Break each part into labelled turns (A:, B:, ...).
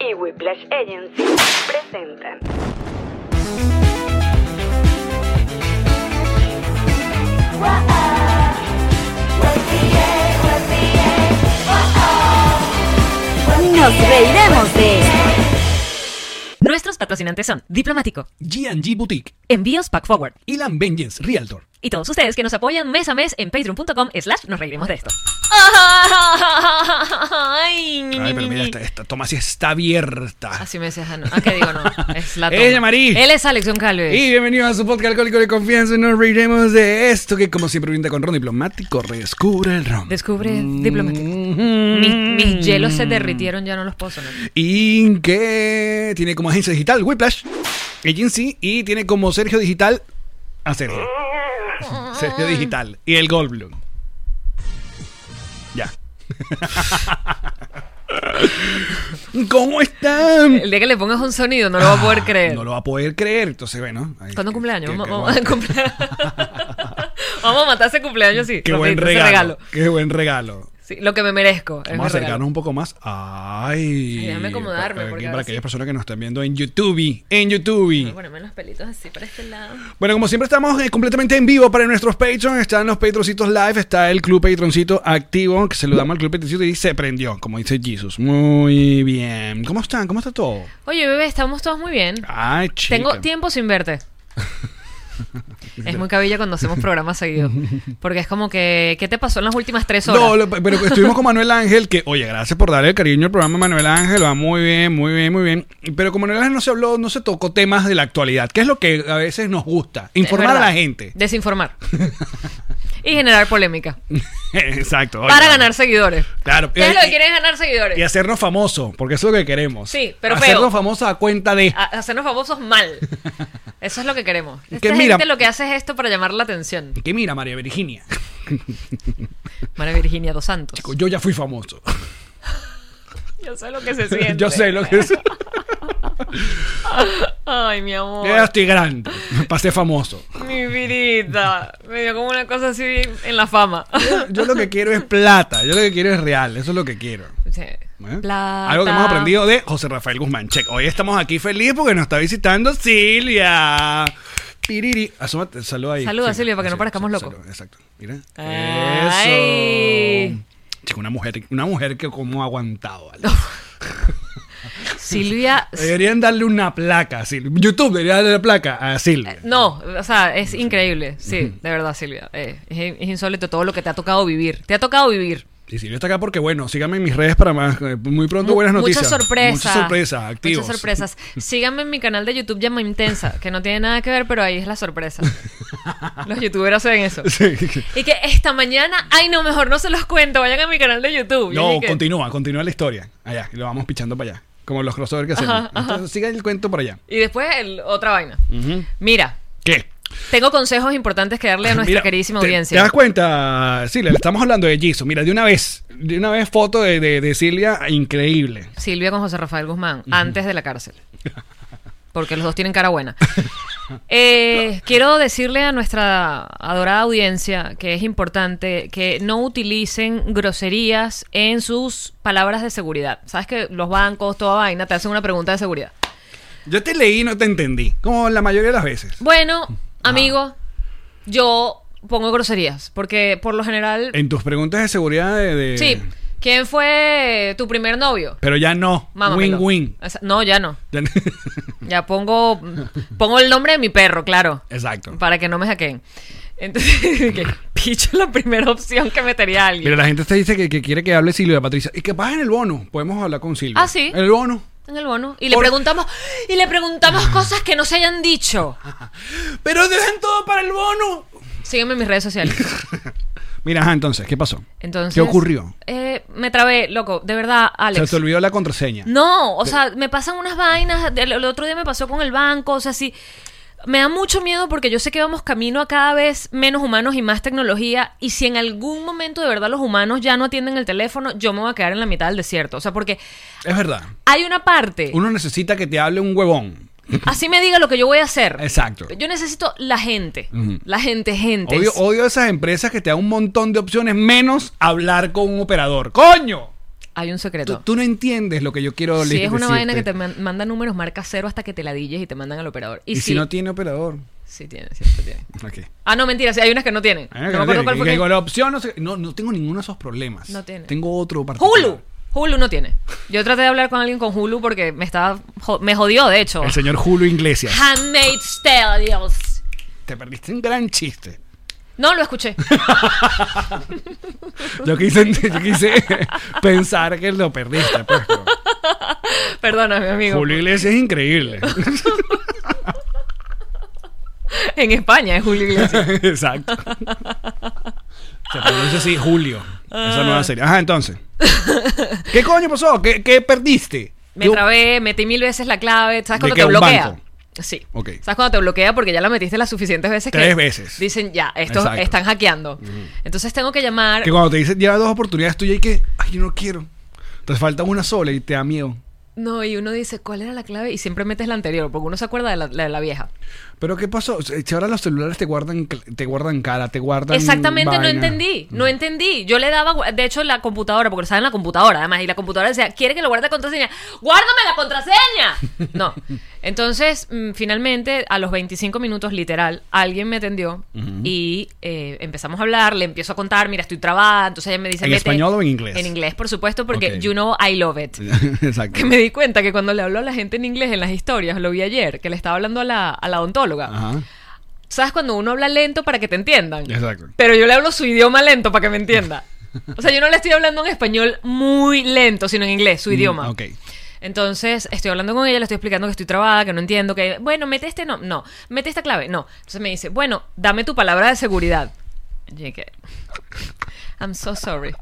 A: y Whiplash Agency presentan Nos reiremos de
B: Nuestros patrocinantes son Diplomático,
C: G&G Boutique
B: Envíos Pack Forward
C: y Land Vengeance Realtor.
B: y todos ustedes que nos apoyan mes a mes en patreon.com slash nos reiremos de esto.
C: Ay, pero mira, esta, esta toma sí está abierta.
B: Mm. Así me decías, ah, no. Ah, que digo, no. Es la toma.
C: Ella, Marí.
B: Él es Alexion Calves.
C: Y bienvenidos a su podcast Alcohólico de Confianza. y Nos reiremos de esto que, como siempre, brinda con ron diplomático. Redescubre el ron. Mm-hmm.
B: Descubre Diplomático.
C: Mhm.
B: Mis, mis hielos se derritieron, ya no los puedo sonar.
C: Y que tiene como agencia digital Whiplash Agency y tiene como Sergio Digital a Sergio. Sergio
B: Ah.
C: Digital y el Goldblum. Ya. ¿Cómo están?
B: El día que le pongas un sonido no lo va a poder creer.
C: Ah, No lo va a poder creer. Entonces, bueno. ahí-
B: ¿Cuándo
C: que-
B: cumpleaños?
C: que-
B: Vamos,
C: que-
B: vamos a cumpleaños. Vamos a matar ese cumpleaños, sí.
C: Qué buen regalo,
B: regalo.
C: Qué buen regalo.
B: Sí, lo que me merezco. es mi
C: Vamos a
B: regalo.
C: acercarnos un poco más. Ay.
B: Ay, déjame acomodarme,
C: Para,
B: porque
C: para
B: ahora
C: aquellas
B: sí.
C: personas que nos están viendo en YouTube. En YouTube.
B: Ponerme los pelitos así para este lado.
C: Bueno, como siempre estamos eh, completamente en vivo para nuestros Patreons. Están los Patroncitos live, está el Club Patroncito activo, que saludamos al Club Patroncito y se prendió, como dice Jesus. Muy bien. ¿Cómo están? ¿Cómo está todo?
B: Oye, bebé, estamos todos muy bien.
C: Ay, chica.
B: Tengo tiempo sin verte. es muy cabilla cuando hacemos programas seguidos. Porque es como que, ¿qué te pasó en las últimas tres horas?
C: No, lo- pero estuvimos con Manuel Ángel, que, oye, gracias por darle el cariño al programa Manuel Ángel, va muy bien, muy bien, muy bien. Pero con Manuel Ángel no se habló, no se tocó temas de la actualidad, que es lo que a veces nos gusta,
B: Es
C: informar a
B: verdad.
C: la gente.
B: Desinformar. y generar polémica.
C: Exacto. oye,
B: para
C: claro.
B: ganar seguidores.
C: Claro. eh,
B: ¿Qué es lo
C: Y-
B: que quieres ganar seguidores?
C: Y hacernos famosos, porque eso es lo que queremos.
B: Este Sí, pero
C: Hacernos
B: feo.
C: famosos a cuenta de...
B: A- hacernos famosos mal. Eso es lo que queremos. Esta
C: Que mira-
B: gente lo que hace es esto para llamar la atención.
C: Que mira, María Virginia,
B: María Virginia dos Santos.
C: yo ya fui famoso.
B: Yo sé lo que se siente.
C: Yo sé lo que es.
B: Ay, mi amor.
C: Yo ya estoy grande. Me pasé famoso.
B: Mi vidita. Me dio como una cosa así en la fama.
C: Yo lo que quiero es plata. Yo lo que quiero es real. Eso es lo que quiero.
B: Sí.
C: ¿Eh?
B: Plata.
C: Algo que hemos aprendido de José Rafael Guzmán. Check. Hoy estamos aquí feliz porque nos está visitando Silvia. Piriri. Asómate, saluda ahí.
B: Saluda, Silvia, para que no
C: sí,
B: parezcamos
C: sí,
B: locos.
C: saluda, Exacto. Mira.
B: Ay.
C: Eso. Chico, una mujer, una mujer que como ha aguantado. ¿vale?
B: Silvia.
C: Deberían darle una placa a Silvia. YouTube debería darle la placa a Silvia.
B: Eh, No, o sea, es increíble. Sí, de verdad, Silvia. Eh, es, es insólito todo lo que te ha tocado vivir. Te ha tocado vivir.
C: Y Silvia está acá porque, bueno, síganme en mis redes para más. eh, Muy pronto buenas
B: Mu-
C: noticias.
B: Muchas sorpresas.
C: Muchas sorpresas, activos.
B: Muchas sorpresas. Síganme en mi canal de YouTube Llama Intensa, que no tiene nada que ver, pero ahí es la sorpresa. Los youtuberos hacen eso.
C: Sí.
B: Y que esta mañana, ay no, mejor no se los cuento, vayan a mi canal de YouTube. Yo
C: No,
B: dije,
C: continúa, continúa la historia. Allá, y lo vamos pichando para allá. Como los crossovers que hacemos. Entonces, sigan el cuento por allá.
B: Y después el- otra vaina.
C: Ujú.
B: Mira,
C: ¿Qué?
B: tengo consejos importantes que darle a nuestra
C: Mira,
B: queridísima
C: te- ¿Te
B: audiencia.
C: das cuenta, Silvia? Le estamos hablando de Jisoo. Mira, de una vez, de una vez foto de, de- de Silvia, increíble.
B: Silvia con José Rafael Guzmán, antes de la cárcel. Porque los dos tienen cara buena. Eh, quiero decirle a nuestra adorada audiencia que es importante que no utilicen groserías en sus palabras de seguridad. Sabes que los bancos, toda vaina, te hacen una pregunta de seguridad.
C: Yo te leí y no te entendí. Como la mayoría de las veces.
B: Bueno, amigo, yo pongo groserías, porque por lo general...
C: En tus preguntas de seguridad de. de-
B: sí, ¿quién fue tu primer novio?
C: Pero ya no.
B: Mámamelo.
C: Win-win.
B: Esa- No, ya no.
C: Ya no-
B: Ya pongo pongo el nombre de mi perro, claro.
C: Exacto.
B: Para que no me hackeen. Entonces, que picho es la primera opción que metería a alguien.
C: Mira, la gente te dice que, que quiere que hable Silvia Patricia. Y que en el bono. Podemos hablar con Silvia.
B: Ah, sí.
C: El bono.
B: En el bono. Y le
C: Por-
B: preguntamos, y le preguntamos cosas que no se hayan dicho.
C: Pero dejen todo para el bono.
B: Sígueme en mis redes sociales.
C: Mira, ajá, entonces, ¿qué pasó?
B: Entonces,
C: ¿Qué ocurrió?
B: Eh, me trabé, loco, de verdad, Alex.
C: Se te olvidó la contraseña.
B: No, o sea, me pasan unas vainas. El, el otro día me pasó con el banco, o sea, sí. Me da mucho miedo porque yo sé que vamos camino a cada vez menos humanos y más tecnología. Y si en algún momento de verdad los humanos ya no atienden el teléfono, yo me voy a quedar en la mitad del desierto. O sea, porque
C: Es verdad.
B: hay una parte.
C: Uno necesita que te hable un huevón.
B: Así me diga lo que yo voy a hacer.
C: Exacto.
B: Yo necesito la gente.
C: Ujú.
B: La gente, gente.
C: Odio, odio esas empresas que te dan un montón de opciones menos hablar con un operador. ¡Coño!
B: Hay un
C: Tú,
B: secreto.
C: tú no entiendes lo este. que yo quiero
B: si
C: le-
B: es una
C: decirte.
B: vaina que te man- manda números, marca cero hasta que te la dilles y te mandan al operador.
C: Y,
B: Y,
C: si no tiene operador.
B: Sí, tiene, siempre tiene.
C: Ok.
B: Ah, no, mentira, sí, hay unas que no tienen. no
C: Ah, que
B: me
C: no
B: acuerdo
C: tiene,
B: cuál
C: que
B: fue.
C: digo,
B: que-
C: la opción, no, sé- no, no tengo ninguno de esos problemas.
B: No tiene.
C: Tengo otro particular.
B: Hulu. Hulu no tiene. Yo traté de hablar con alguien con Hulu porque me estaba jo- me jodió, de hecho.
C: El señor Hulu Iglesias.
B: Handmaid's Tale, Dios.
C: Te perdiste un gran chiste.
B: No lo escuché.
C: Yo quise, yo quise pensar que lo perdiste. Pues, pero
B: Perdona, mi amigo.
C: Julio Iglesias es increíble.
B: En España es Julio Iglesias.
C: Exacto. Se pronuncia así, Julio. Esa
B: Ah.
C: nueva serie. Ajá, entonces. ¿Qué coño pasó? ¿Qué, qué perdiste?
B: Me
C: Yo-
B: trabé, metí mil veces la clave. ¿Sabes
C: ¿De
B: cuando
C: qué?
B: te
C: ¿Un
B: bloquea?
C: banco?
B: Sí.
C: Ok.
B: ¿Sabes cuando te bloquea? Porque ya la metiste las suficientes veces que.
C: Tres veces.
B: Dicen, ya, estos
C: Exacto.
B: están hackeando. Entonces tengo que llamar.
C: Que cuando te dicen, lleva dos oportunidades tuyas y que, ay, yo no quiero. Te falta una sola y te da miedo.
B: No, y uno dice, ¿cuál era la clave? Y siempre metes la anterior, porque uno se acuerda de la, la- la vieja.
C: Pero ¿qué pasó? Si ahora los celulares te guardan, cl- te guardan cara, te guardan.
B: Exactamente, no
C: vaina.
B: entendí. No entendí. Yo le daba, gu- de hecho, la computadora, porque lo saben la computadora, además, y la computadora decía, ¿quiere que lo guarde la contraseña? ¡Guárdame la contraseña! No. Entonces, mm, finalmente, a los 25 minutos, literal, alguien me atendió y eh, empezamos a hablar, le empiezo a contar, mira, estoy trabada, entonces ella me dice,
C: ¿En
B: "Vete".
C: español o en inglés?
B: En inglés, por supuesto, porque
C: Ok.
B: you know I love it.
C: Exacto.
B: Que me di cuenta que cuando le hablo a la gente en inglés en las historias, lo vi ayer, que le estaba hablando a la, a la odontóloga.
C: Ajá.
B: ¿Sabes cuando uno habla lento para que te entiendan?
C: Exacto.
B: Pero yo le hablo su idioma lento para que me entienda. O sea, yo no le estoy hablando en español muy lento, sino en inglés, su idioma.
C: Mm, ok.
B: Entonces, estoy hablando con ella, le estoy explicando que estoy trabada, que no entiendo, que, bueno, mete este, no, no, mete esta clave, no. Entonces me dice, bueno, dame tu palabra de seguridad. Yo dije, I'm so sorry.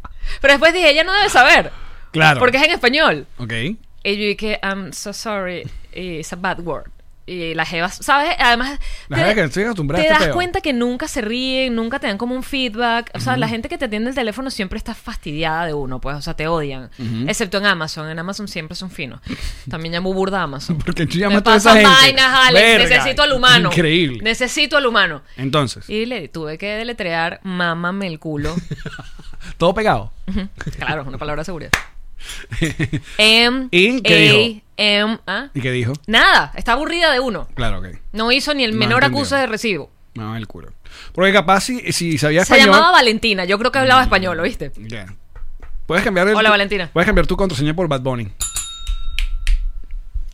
B: Pero después dije, ella no debe saber.
C: Claro.
B: Porque es en español.
C: Ok.
B: Y yo dije, I'm so sorry, eh, it's a bad word. Y las jevas, ¿sabes? Además,
C: La jeva que estoy acostumbrada a
B: te
C: este
B: das
C: peo.
B: cuenta que nunca se ríen, nunca te dan como un feedback. O sea, la gente que te atiende el teléfono siempre está fastidiada de uno, pues, o sea, te odian. Excepto en Amazon, en Amazon siempre son finos. También llamo burda a Amazon.
C: Porque tú
B: Me
C: llamas a toda esa
B: pasan
C: gente.
B: vainas, Alex,
C: Verga.
B: necesito al humano.
C: Increíble.
B: Necesito al humano.
C: Entonces,
B: Y le tuve que deletrear, mámame el culo.
C: todo pegado.
B: Ujú. claro, es una palabra de seguridad. M,
C: ¿Y qué dijo?
B: A, M, ¿ah?
C: ¿Y qué dijo?
B: Nada, está aburrida de uno.
C: Claro, ok.
B: No hizo ni el
C: No
B: menor
C: entendió.
B: acuse de recibo.
C: No, el culo. Porque capaz si, si sabía
B: Se
C: español.
B: llamaba Valentina, yo creo que hablaba español, ¿lo viste?
C: Ya. Puedes cambiar el-
B: Hola, Valentina.
C: Puedes cambiar tu contraseña por Bad Bunny.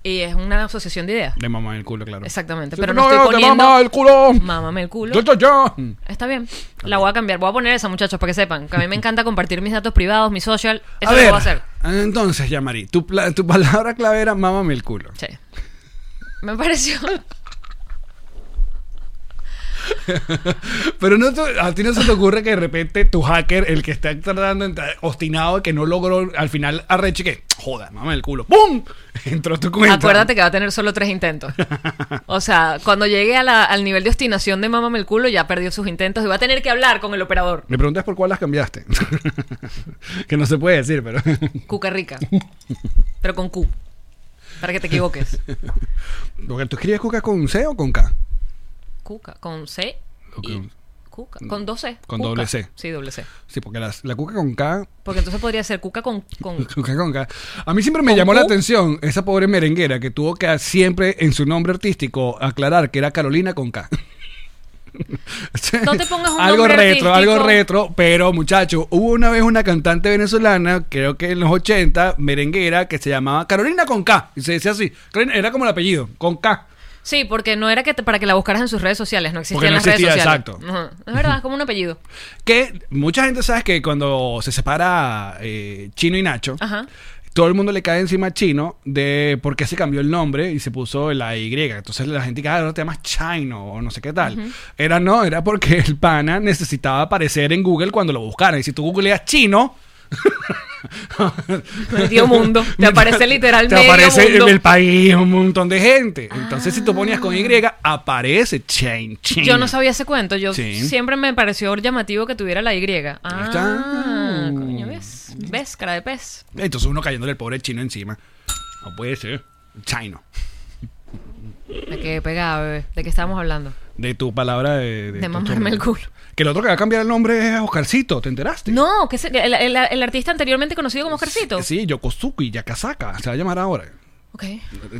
B: Y es una asociación de ideas.
C: De mamá el culo, claro.
B: Exactamente,
C: Sí,
B: pero
C: no,
B: no estoy
C: te mamá
B: poniendo
C: el culo.
B: mámame el culo.
C: Yo, yo, yo.
B: Está bien, la voy a cambiar. Voy a poner esa, muchachos, para que sepan. Que a mí me encanta compartir mis datos privados, mi social. Eso
C: a
B: lo
C: ver.
B: voy a hacer.
C: Entonces, Yamari, tu, pla- tu palabra clave era mamame el culo.
B: Sí. Me pareció.
C: Pero no te- a ti no se te ocurre que de repente tu hacker, el que está tratando, de entrar- obstinado, que no logró al final arreche que, joda, mamá el culo, ¡pum! Entró tu cuenta.
B: Acuérdate que va a tener solo tres intentos. O sea, cuando llegue a la- al nivel de obstinación de mámame el culo, ya perdió sus intentos y va a tener que hablar con el operador.
C: Me preguntas por cuál las cambiaste. que no se puede decir, pero.
B: Cuca rica. Pero con Q. Para que te equivoques.
C: Porque tú escribes cuca con C o con K.
B: Cuca, con C y
C: Ok.
B: Cuca, con dos C.
C: Con
B: Cuca.
C: doble C.
B: Sí, doble C.
C: Sí, porque las- la cuca con K.
B: Porque entonces podría ser Cuca con... con
C: Cuca con K. A mí siempre me
B: ¿Con
C: llamó la
B: Q?
C: atención esa pobre merenguera que tuvo que siempre en su nombre artístico aclarar que era Carolina con K.
B: No te pongas un
C: algo
B: nombre
C: retro, algo
B: artístico.
C: retro, pero muchacho, hubo una vez una cantante venezolana, creo que en los 80, merenguera, que se llamaba Carolina con K, y se decía así, Carolina- era como el apellido, con K.
B: Sí, porque no era que te- para que la buscaras en sus redes sociales, no
C: Porque
B: existían
C: no
B: las redes
C: existía,
B: sociales. Ajá. Es verdad, es como un apellido.
C: Que mucha gente sabe que cuando se separa eh, Chino y Nacho,
B: Ajá.
C: todo el mundo le cae encima a Chino de por qué se cambió el nombre y se puso la Y. Entonces la gente que ah, ahora te llamas Chino o no sé qué tal. Era no, era porque el pana necesitaba aparecer en Google cuando lo buscaran. Y si tú googleas Chino.
B: Medio mundo. Te aparece literal
C: Te
B: medio
C: aparece
B: mundo. Ah.
C: el país, un montón de gente. Entonces, si tú ponías con Y, aparece Chain Chino.
B: Yo no sabía ese cuento. Yo
C: Sí.
B: siempre me pareció llamativo que tuviera la Y. Ah,
C: está.
B: coño, ves. Ves, cara de pez.
C: Entonces uno cayéndole el pobre chino encima. No puede ser. Chino.
B: Me quedé pegada, bebé. ¿De qué estábamos hablando?
C: De tu palabra de...
B: De mamarme el culo.
C: Que el otro que va a cambiar el nombre es Oscarcito, ¿te enteraste?
B: No, que es el, el- el- el artista anteriormente conocido como Oscarcito.
C: Sí, Yokosuki Yakasaka. Se va a llamar ahora.
B: Ok.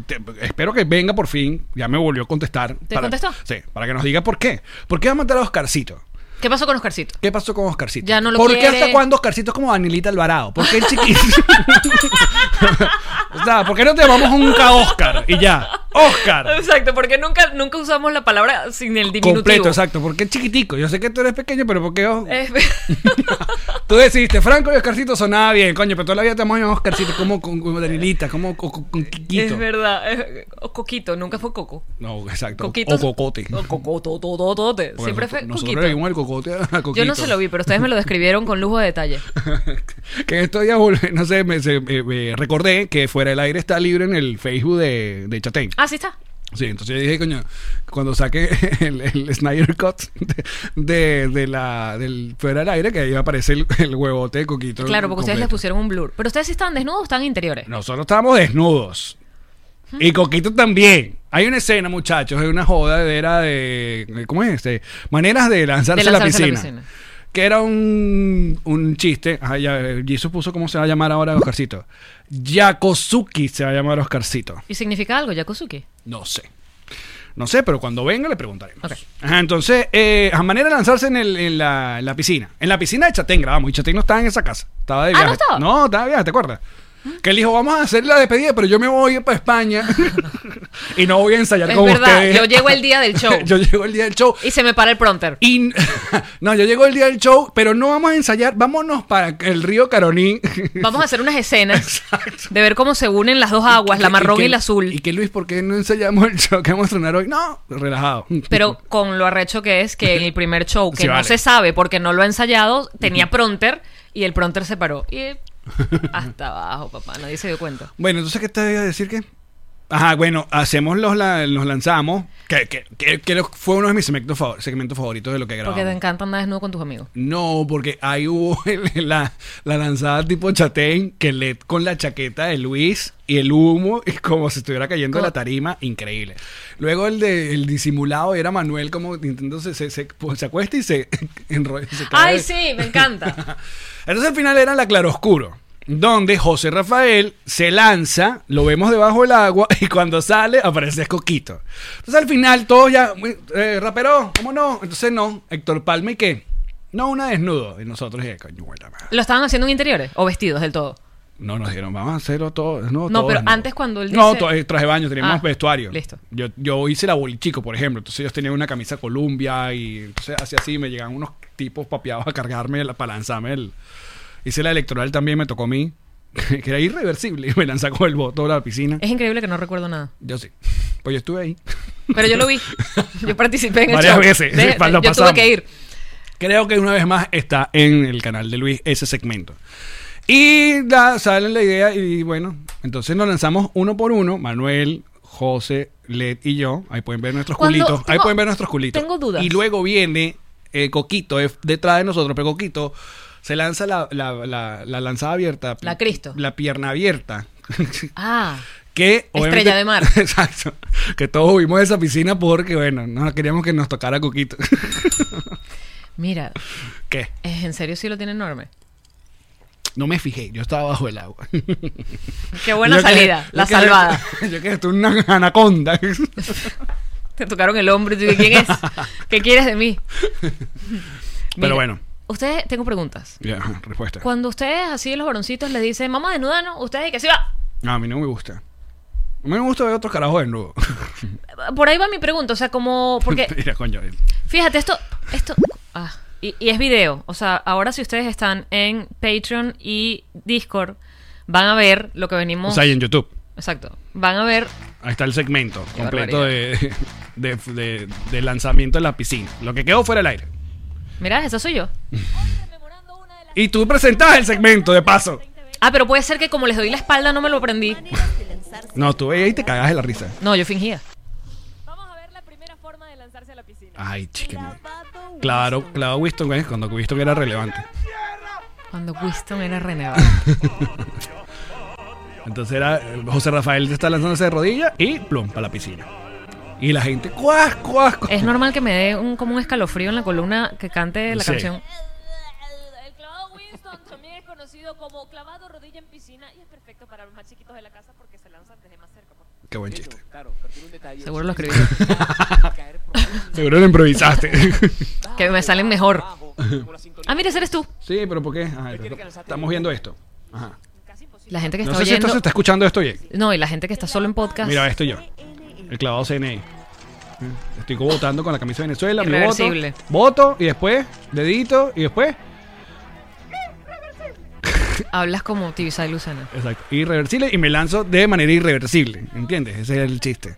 C: Te- espero que venga por fin. Ya me volvió a contestar.
B: ¿Te contestó?
C: Sí, para que nos diga por qué. ¿Por qué va a matar a Oscarcito?
B: ¿Qué pasó con Oscarcito?
C: ¿Qué pasó con Oscarcito?
B: Ya no lo
C: ¿Por qué
B: quiere.
C: hasta cuándo Oscarcito es como Danielita Alvarado? ¿Por qué el chiquísimo? o sea, ¿por qué no te llamamos nunca Oscar? Y ya. Oscar.
B: Exacto, porque nunca, nunca usamos la palabra sin el diminutivo.
C: Completo, exacto. ¿Por qué chiquitico? Yo sé que tú eres pequeño, pero ¿por qué Os-
B: Eh,
C: Tú decidiste, Franco y Oscarcito sonaba bien, coño, pero toda la vida te hemos llamado Oscarcito, como con, con Danielita, como co- co- con Kikito.
B: es verdad. eh, o Coquito, nunca fue Coco.
C: No, exacto.
B: Coquito.
C: O cocote.
B: O Cocotototote.
C: Porque
B: Siempre
C: nosotros-
B: fue
C: nosotros
B: Coquito.
C: le dimos el cocote ah, a
B: Yo
C: Coquito.
B: no se lo vi, pero ustedes me lo describieron con lujo de detalle.
C: que en estos días, vol- no sé, me, se- me- me recordé que Fuera del Aire está libre en el Facebook de, de Chatén.
B: Ah, sí está.
C: Sí, entonces yo dije, coño, cuando saque el, el Snyder Cut de, de- de la, del Fuera del Aire, que ahí aparece el, el huevote de Coquito.
B: Claro, porque ustedes les
C: completo.
B: pusieron un blur. Pero ustedes sí estaban desnudos o estaban interiores.
C: Nosotros estábamos desnudos. Y Coquito también. Hay una escena, muchachos, de una jodadera de. ¿Cómo es este? Maneras de lanzarse,
B: De
C: a, la
B: lanzarse a la
C: piscina. Que era un, un chiste. Ajá, ya, eh, Jesus puso cómo se va a llamar ahora Oscarcito. Yakosuki se va a llamar Oscarcito.
B: ¿Y significa algo, Yakuzuki?
C: No sé. No sé, pero cuando venga le preguntaremos.
B: Ok.
C: Ajá, entonces, eh, a manera de lanzarse en, el- en la, en la piscina. En la piscina de Chatén grabamos. Y Chatén no estaba en esa casa. Estaba
B: Ah,
C: de
B: ¿no
C: viaje.
B: estaba?
C: No, estaba de viaje, ¿te acuerdas? Que él dijo, vamos a hacer la despedida, pero yo me voy para España. y no voy a ensayar
B: Es
C: con
B: verdad,
C: ustedes.
B: yo llego el día del show.
C: yo llego el día del show.
B: Y se me para el prompter.
C: Y no, yo llego el día del show, pero no vamos a ensayar. Vámonos para el río Caroní.
B: Vamos a hacer unas escenas de ver cómo se unen las dos aguas, la marrón y,
C: que-
B: la azul.
C: Y que Luis, ¿por qué no ensayamos el show que vamos a estrenar hoy? No, relajado.
B: pero con lo arrecho que es que en el primer show, que
C: Sí,
B: no
C: vale.
B: se sabe porque no lo ha ensayado, tenía prompter y el prompter se paró. Y hasta abajo, papá, nadie se dio cuenta.
C: Bueno, entonces, ¿qué te iba a decir que? Ajá, bueno, hacemos los, la- los lanzamos, que, que, que- que fue uno de mis segmentos, favor- segmentos favoritos de lo que grabamos.
B: Porque te encanta andar desnudo con tus amigos.
C: No, porque ahí hubo el- la, la lanzada tipo chatén, que le con la chaqueta de Luis y el humo, y como si estuviera cayendo de la tarima, increíble. Luego el de el disimulado era Manuel como Nintendo se, se, se- pues, se acuesta y se enrolla. se cae.
B: Ay, sí, me encanta.
C: Entonces al final era la claroscuro, donde José Rafael se lanza, lo vemos debajo del agua y cuando sale aparece Coquito. Entonces al final todos ya, eh, rapero, ¿cómo no? Entonces no, Héctor Palma y qué. No, una desnudo. Y nosotros, eh, coño, buena madre.
B: ¿Lo estaban haciendo en interiores o vestidos del todo?
C: No nos dijeron, vamos a hacerlo todo. No,
B: No,
C: todo
B: pero
C: desnudo.
B: antes cuando él
C: No,
B: dice-
C: to- eh, traje baño, teníamos
B: Ah,
C: vestuario.
B: listo.
C: Yo, yo hice la bolichico, por ejemplo. Entonces ellos tenían una camisa Columbia y entonces así así me llegaban unos tipos papeados a cargarme, la- para lanzarme el... Hice la electoral también, me tocó a mí, que era irreversible. Y me lanzaba con el voto a la piscina.
B: Es increíble que no recuerdo nada.
C: Yo sí. Pues yo estuve ahí.
B: Pero yo lo vi. Yo participé en el
C: Varias
B: show.
C: veces,
B: De-
C: pa- lo
B: yo
C: pasamos.
B: tuve que ir.
C: Creo que una vez más está en el canal de Luis ese segmento. Y da- sale la idea y bueno, entonces nos lanzamos uno por uno, Manuel, José, Led y yo. Ahí pueden ver nuestros
B: Cuando-
C: culitos. Ahí
B: tengo-
C: pueden ver nuestros culitos.
B: tengo dudas.
C: Y luego viene eh, Coquito es detrás de nosotros, pero Coquito se lanza la, la, la- la lanzada abierta.
B: La Cristo.
C: La pierna abierta.
B: Ah,
C: Que
B: Estrella
C: obviamente-
B: de mar.
C: Exacto. Que todos vimos esa piscina porque, bueno, no queríamos que nos tocara Coquito.
B: mira,
C: ¿Qué?
B: es- en serio sí lo tiene enorme.
C: No me fijé, yo estaba bajo el agua.
B: Qué buena
C: Yo que-
B: salida,
C: yo
B: la
C: que-
B: salvada.
C: yo que estoy una anaconda.
B: Te tocaron el hombro y tú dices, ¿quién es? ¿Qué quieres de mí? Mira,
C: Pero bueno,
B: Ustedes, tengo preguntas.
C: ya, respuesta.
B: Cuando ustedes así los varoncitos les dicen, vamos a desnudarnos, ustedes que sí va.
C: No, a mí no me gusta. A mí me gusta ver otros carajos desnudos.
B: Por ahí va mi pregunta, o sea, como, porque
C: Mira, coño. eh.
B: Fíjate, esto, esto, ah, y, y es video. O sea, ahora si ustedes están en Patreon y Discord, van a ver lo que venimos.
C: O sea, y Pues en YouTube.
B: exacto. Van a ver
C: Ahí está el segmento
B: Qué
C: completo de, de- de- de lanzamiento en la piscina. Lo que quedó fuera del aire.
B: Mira, esa soy yo.
C: Y tú presentabas el segmento, de paso.
B: Ah, pero puede ser que como les doy la espalda no me lo aprendí.
C: No, tú veías y te cagabas de la risa.
B: No, yo fingía.
D: Vamos a ver la primera forma de lanzarse a la piscina.
C: Ay, chica. mía. Claro, claro, Winston, güey, cuando Winston era relevante.
B: Cuando Winston era renegado.
C: Entonces era eh, José Rafael se está lanzándose de rodillas y plum, para la piscina. Y la gente, cuas, cuas, cuas.
B: es normal que me dé un, como un escalofrío en la columna que cante la
C: Sí.
B: canción.
D: El clavado Winston también es conocido como clavado rodilla en piscina y es perfecto para los más chiquitos de la casa porque se lanzan desde más cerca. por favor.
C: Qué buen chiste.
B: Seguro lo escribí.
C: Seguro lo improvisaste.
B: que me salen mejor. Ah, mira, ese eres tú.
C: sí, pero ¿por qué? Ajá, estamos viendo esto. Ajá.
B: La gente que
C: No
B: está
C: sé si esto
B: oyendo.
C: se está escuchando esto bien.
B: No, y la gente que está solo en podcast.
C: Mira, esto yo. El clavado CNI. Estoy como votando con la camisa de Venezuela. Mi voto.
B: Mm. Irreversible.
C: Voto y después, dedito y después.
B: Hablas como Tibisay Lucena.
C: Exacto. Irreversible y me lanzo de manera irreversible. ¿Entiendes? Ese es el chiste.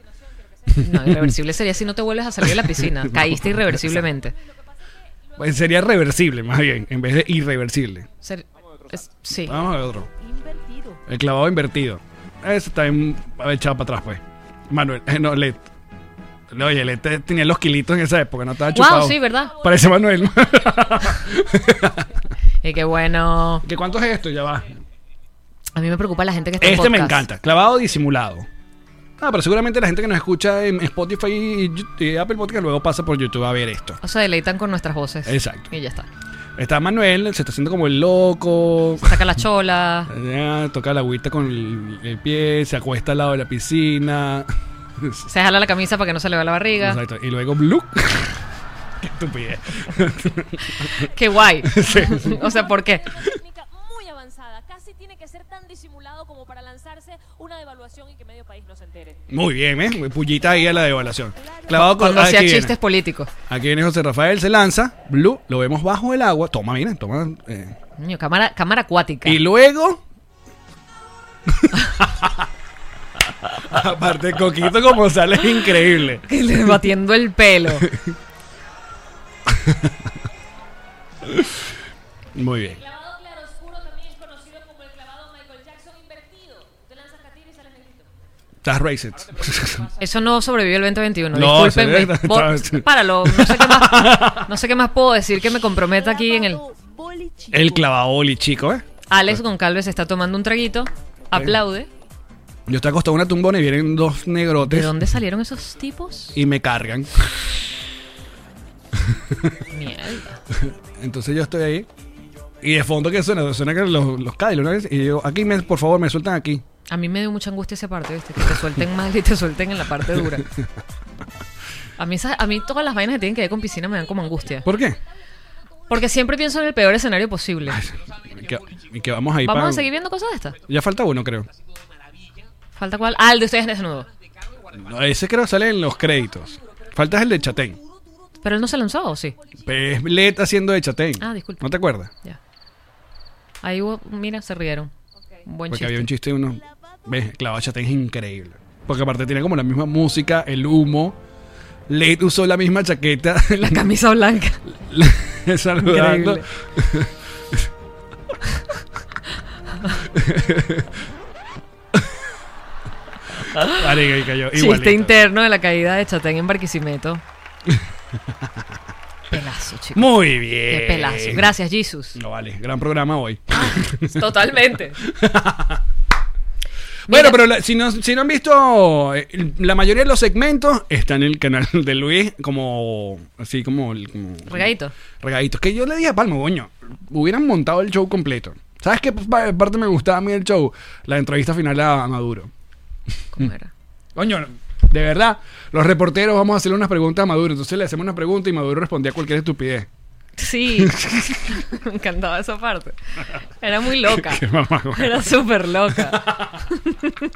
B: No, irreversible sería si no te vuelves a salir de la piscina. Caíste irreversiblemente.
C: Pues sería reversible, más bien, en vez de irreversible.
B: Ser- es- sí.
C: Vamos a ver otro. El clavado invertido. Ese también echado para atrás, pues. Manuel, eh, no, Led. Oye, Led te- tenía los kilitos en esa época, no estaba chupado.
B: Wow, sí, ¿verdad?
C: Parece Manuel.
B: Y qué bueno.
C: ¿Qué cuánto es esto? Ya va.
B: A mí me preocupa la gente que está en
C: Este me
B: podcast.
C: encanta. Clavado disimulado. Ah, pero seguramente la gente que nos escucha en Spotify y, Yu- y Apple Podcast luego pasa por YouTube a ver esto.
B: O sea, deleitan con nuestras voces.
C: Exacto.
B: Y ya está.
C: Está Manuel, se está haciendo como el loco.
B: Saca la chola.
C: Ya, toca la agüita con el, el pie, se acuesta al lado de la piscina.
B: Se jala la camisa para que no se le vea la barriga.
C: Exacto. Y luego Blue. Qué estupidez.
B: Qué guay.
C: Sí.
B: o sea, ¿por qué?
D: Una técnica muy avanzada. Casi tiene que ser tan disimulado como para lanzarse una devaluación y que medio país no se entere.
C: Muy bien, ¿eh? Muy Pullita ahí a la devaluación. Clavado con
B: Cuando hacía
C: aquí viene.
B: chistes políticos.
C: Aquí viene José Rafael, se lanza. Blue, lo vemos bajo el agua. Toma, mira, toma. eh.
B: Niño, cámara, cámara acuática.
C: Y luego. Aparte, Coquito como sale es increíble.
B: Que le- Batiendo el pelo.
C: Muy bien.
D: Clavado claroscuro también es conocido como el clavado Michael Jackson invertido. Te lanzas catira y sales negrito.
C: Estás racist.
B: Eso no sobrevivió el 2021.
C: No,
B: Discúlpenme.
C: se ve-
B: Bo-
C: está-
B: Páralo. No sé, qué más, no sé qué más puedo decir que me comprometa aquí en el.
C: El clavaboli, chico, ¿eh?
B: Alex Goncalves está tomando un traguito. Aplaude.
C: Yo estoy acostado en una tumbona y vienen dos
B: ¿De
C: negrotes
B: dónde salieron esos tipos?
C: y me cargan.
B: Mierda.
C: Entonces yo estoy ahí. Y de fondo, ¿qué suena? Suena que los, los cádiz, una vez. Y yo, aquí, me, por favor, me sueltan aquí.
B: A mí me dio mucha angustia esa parte, ¿viste? Que te suelten mal y te suelten en la parte dura. A mí, esas- a mí todas las vainas que tienen que ver con piscina me dan como angustia.
C: ¿Por qué?
B: Porque siempre pienso en el peor escenario posible.
C: Y que, y que vamos ahí
B: Vamos
C: pa-
B: a seguir viendo cosas de estas.
C: Ya falta uno, creo.
B: Falta cuál. Ah, el de ustedes desnudo.
C: No, Ese creo sale en los créditos. Falta el de Chatén.
B: Pero él no se lanzó, ¿o sí?
C: Es Led haciendo de Chatén.
B: Ah, disculpa.
C: ¿No te acuerdas?
B: Ya. Ahí hubo, mira, se rieron. Un buen
C: Porque
B: chiste.
C: había un chiste de uno. ¿Ves? Clavado Chatén es increíble. Porque aparte tiene como la misma música, el humo. Led usó la misma chaqueta.
B: La camisa blanca.
C: saludando.
B: Increíble.
C: Marica, y cayó.
B: Chiste
C: Igualito.
B: interno de la caída de Chatén en Barquisimeto. pelazo, chico.
C: Muy bien.
B: Qué pelazo. Gracias, Jesus.
C: No vale, gran programa hoy.
B: Totalmente.
C: Bueno, pero la- si, no, si no han visto, eh, la mayoría de los segmentos están en el canal de Luis, como así como. el- como
B: Regadito.
C: Regaditos. Que yo le dije a Palmo, coño, hubieran montado el show completo. ¿Sabes qué pa- parte me gustaba a mí del show? La entrevista final a Maduro.
B: ¿Cómo era?
C: Coño, de verdad, los reporteros vamos a hacerle unas preguntas a Maduro. Entonces le hacemos una pregunta y Maduro respondía cualquier estupidez.
B: Sí. Me encantaba esa parte. Era muy loca.
C: Qué mamá, güey.
B: Era súper loca.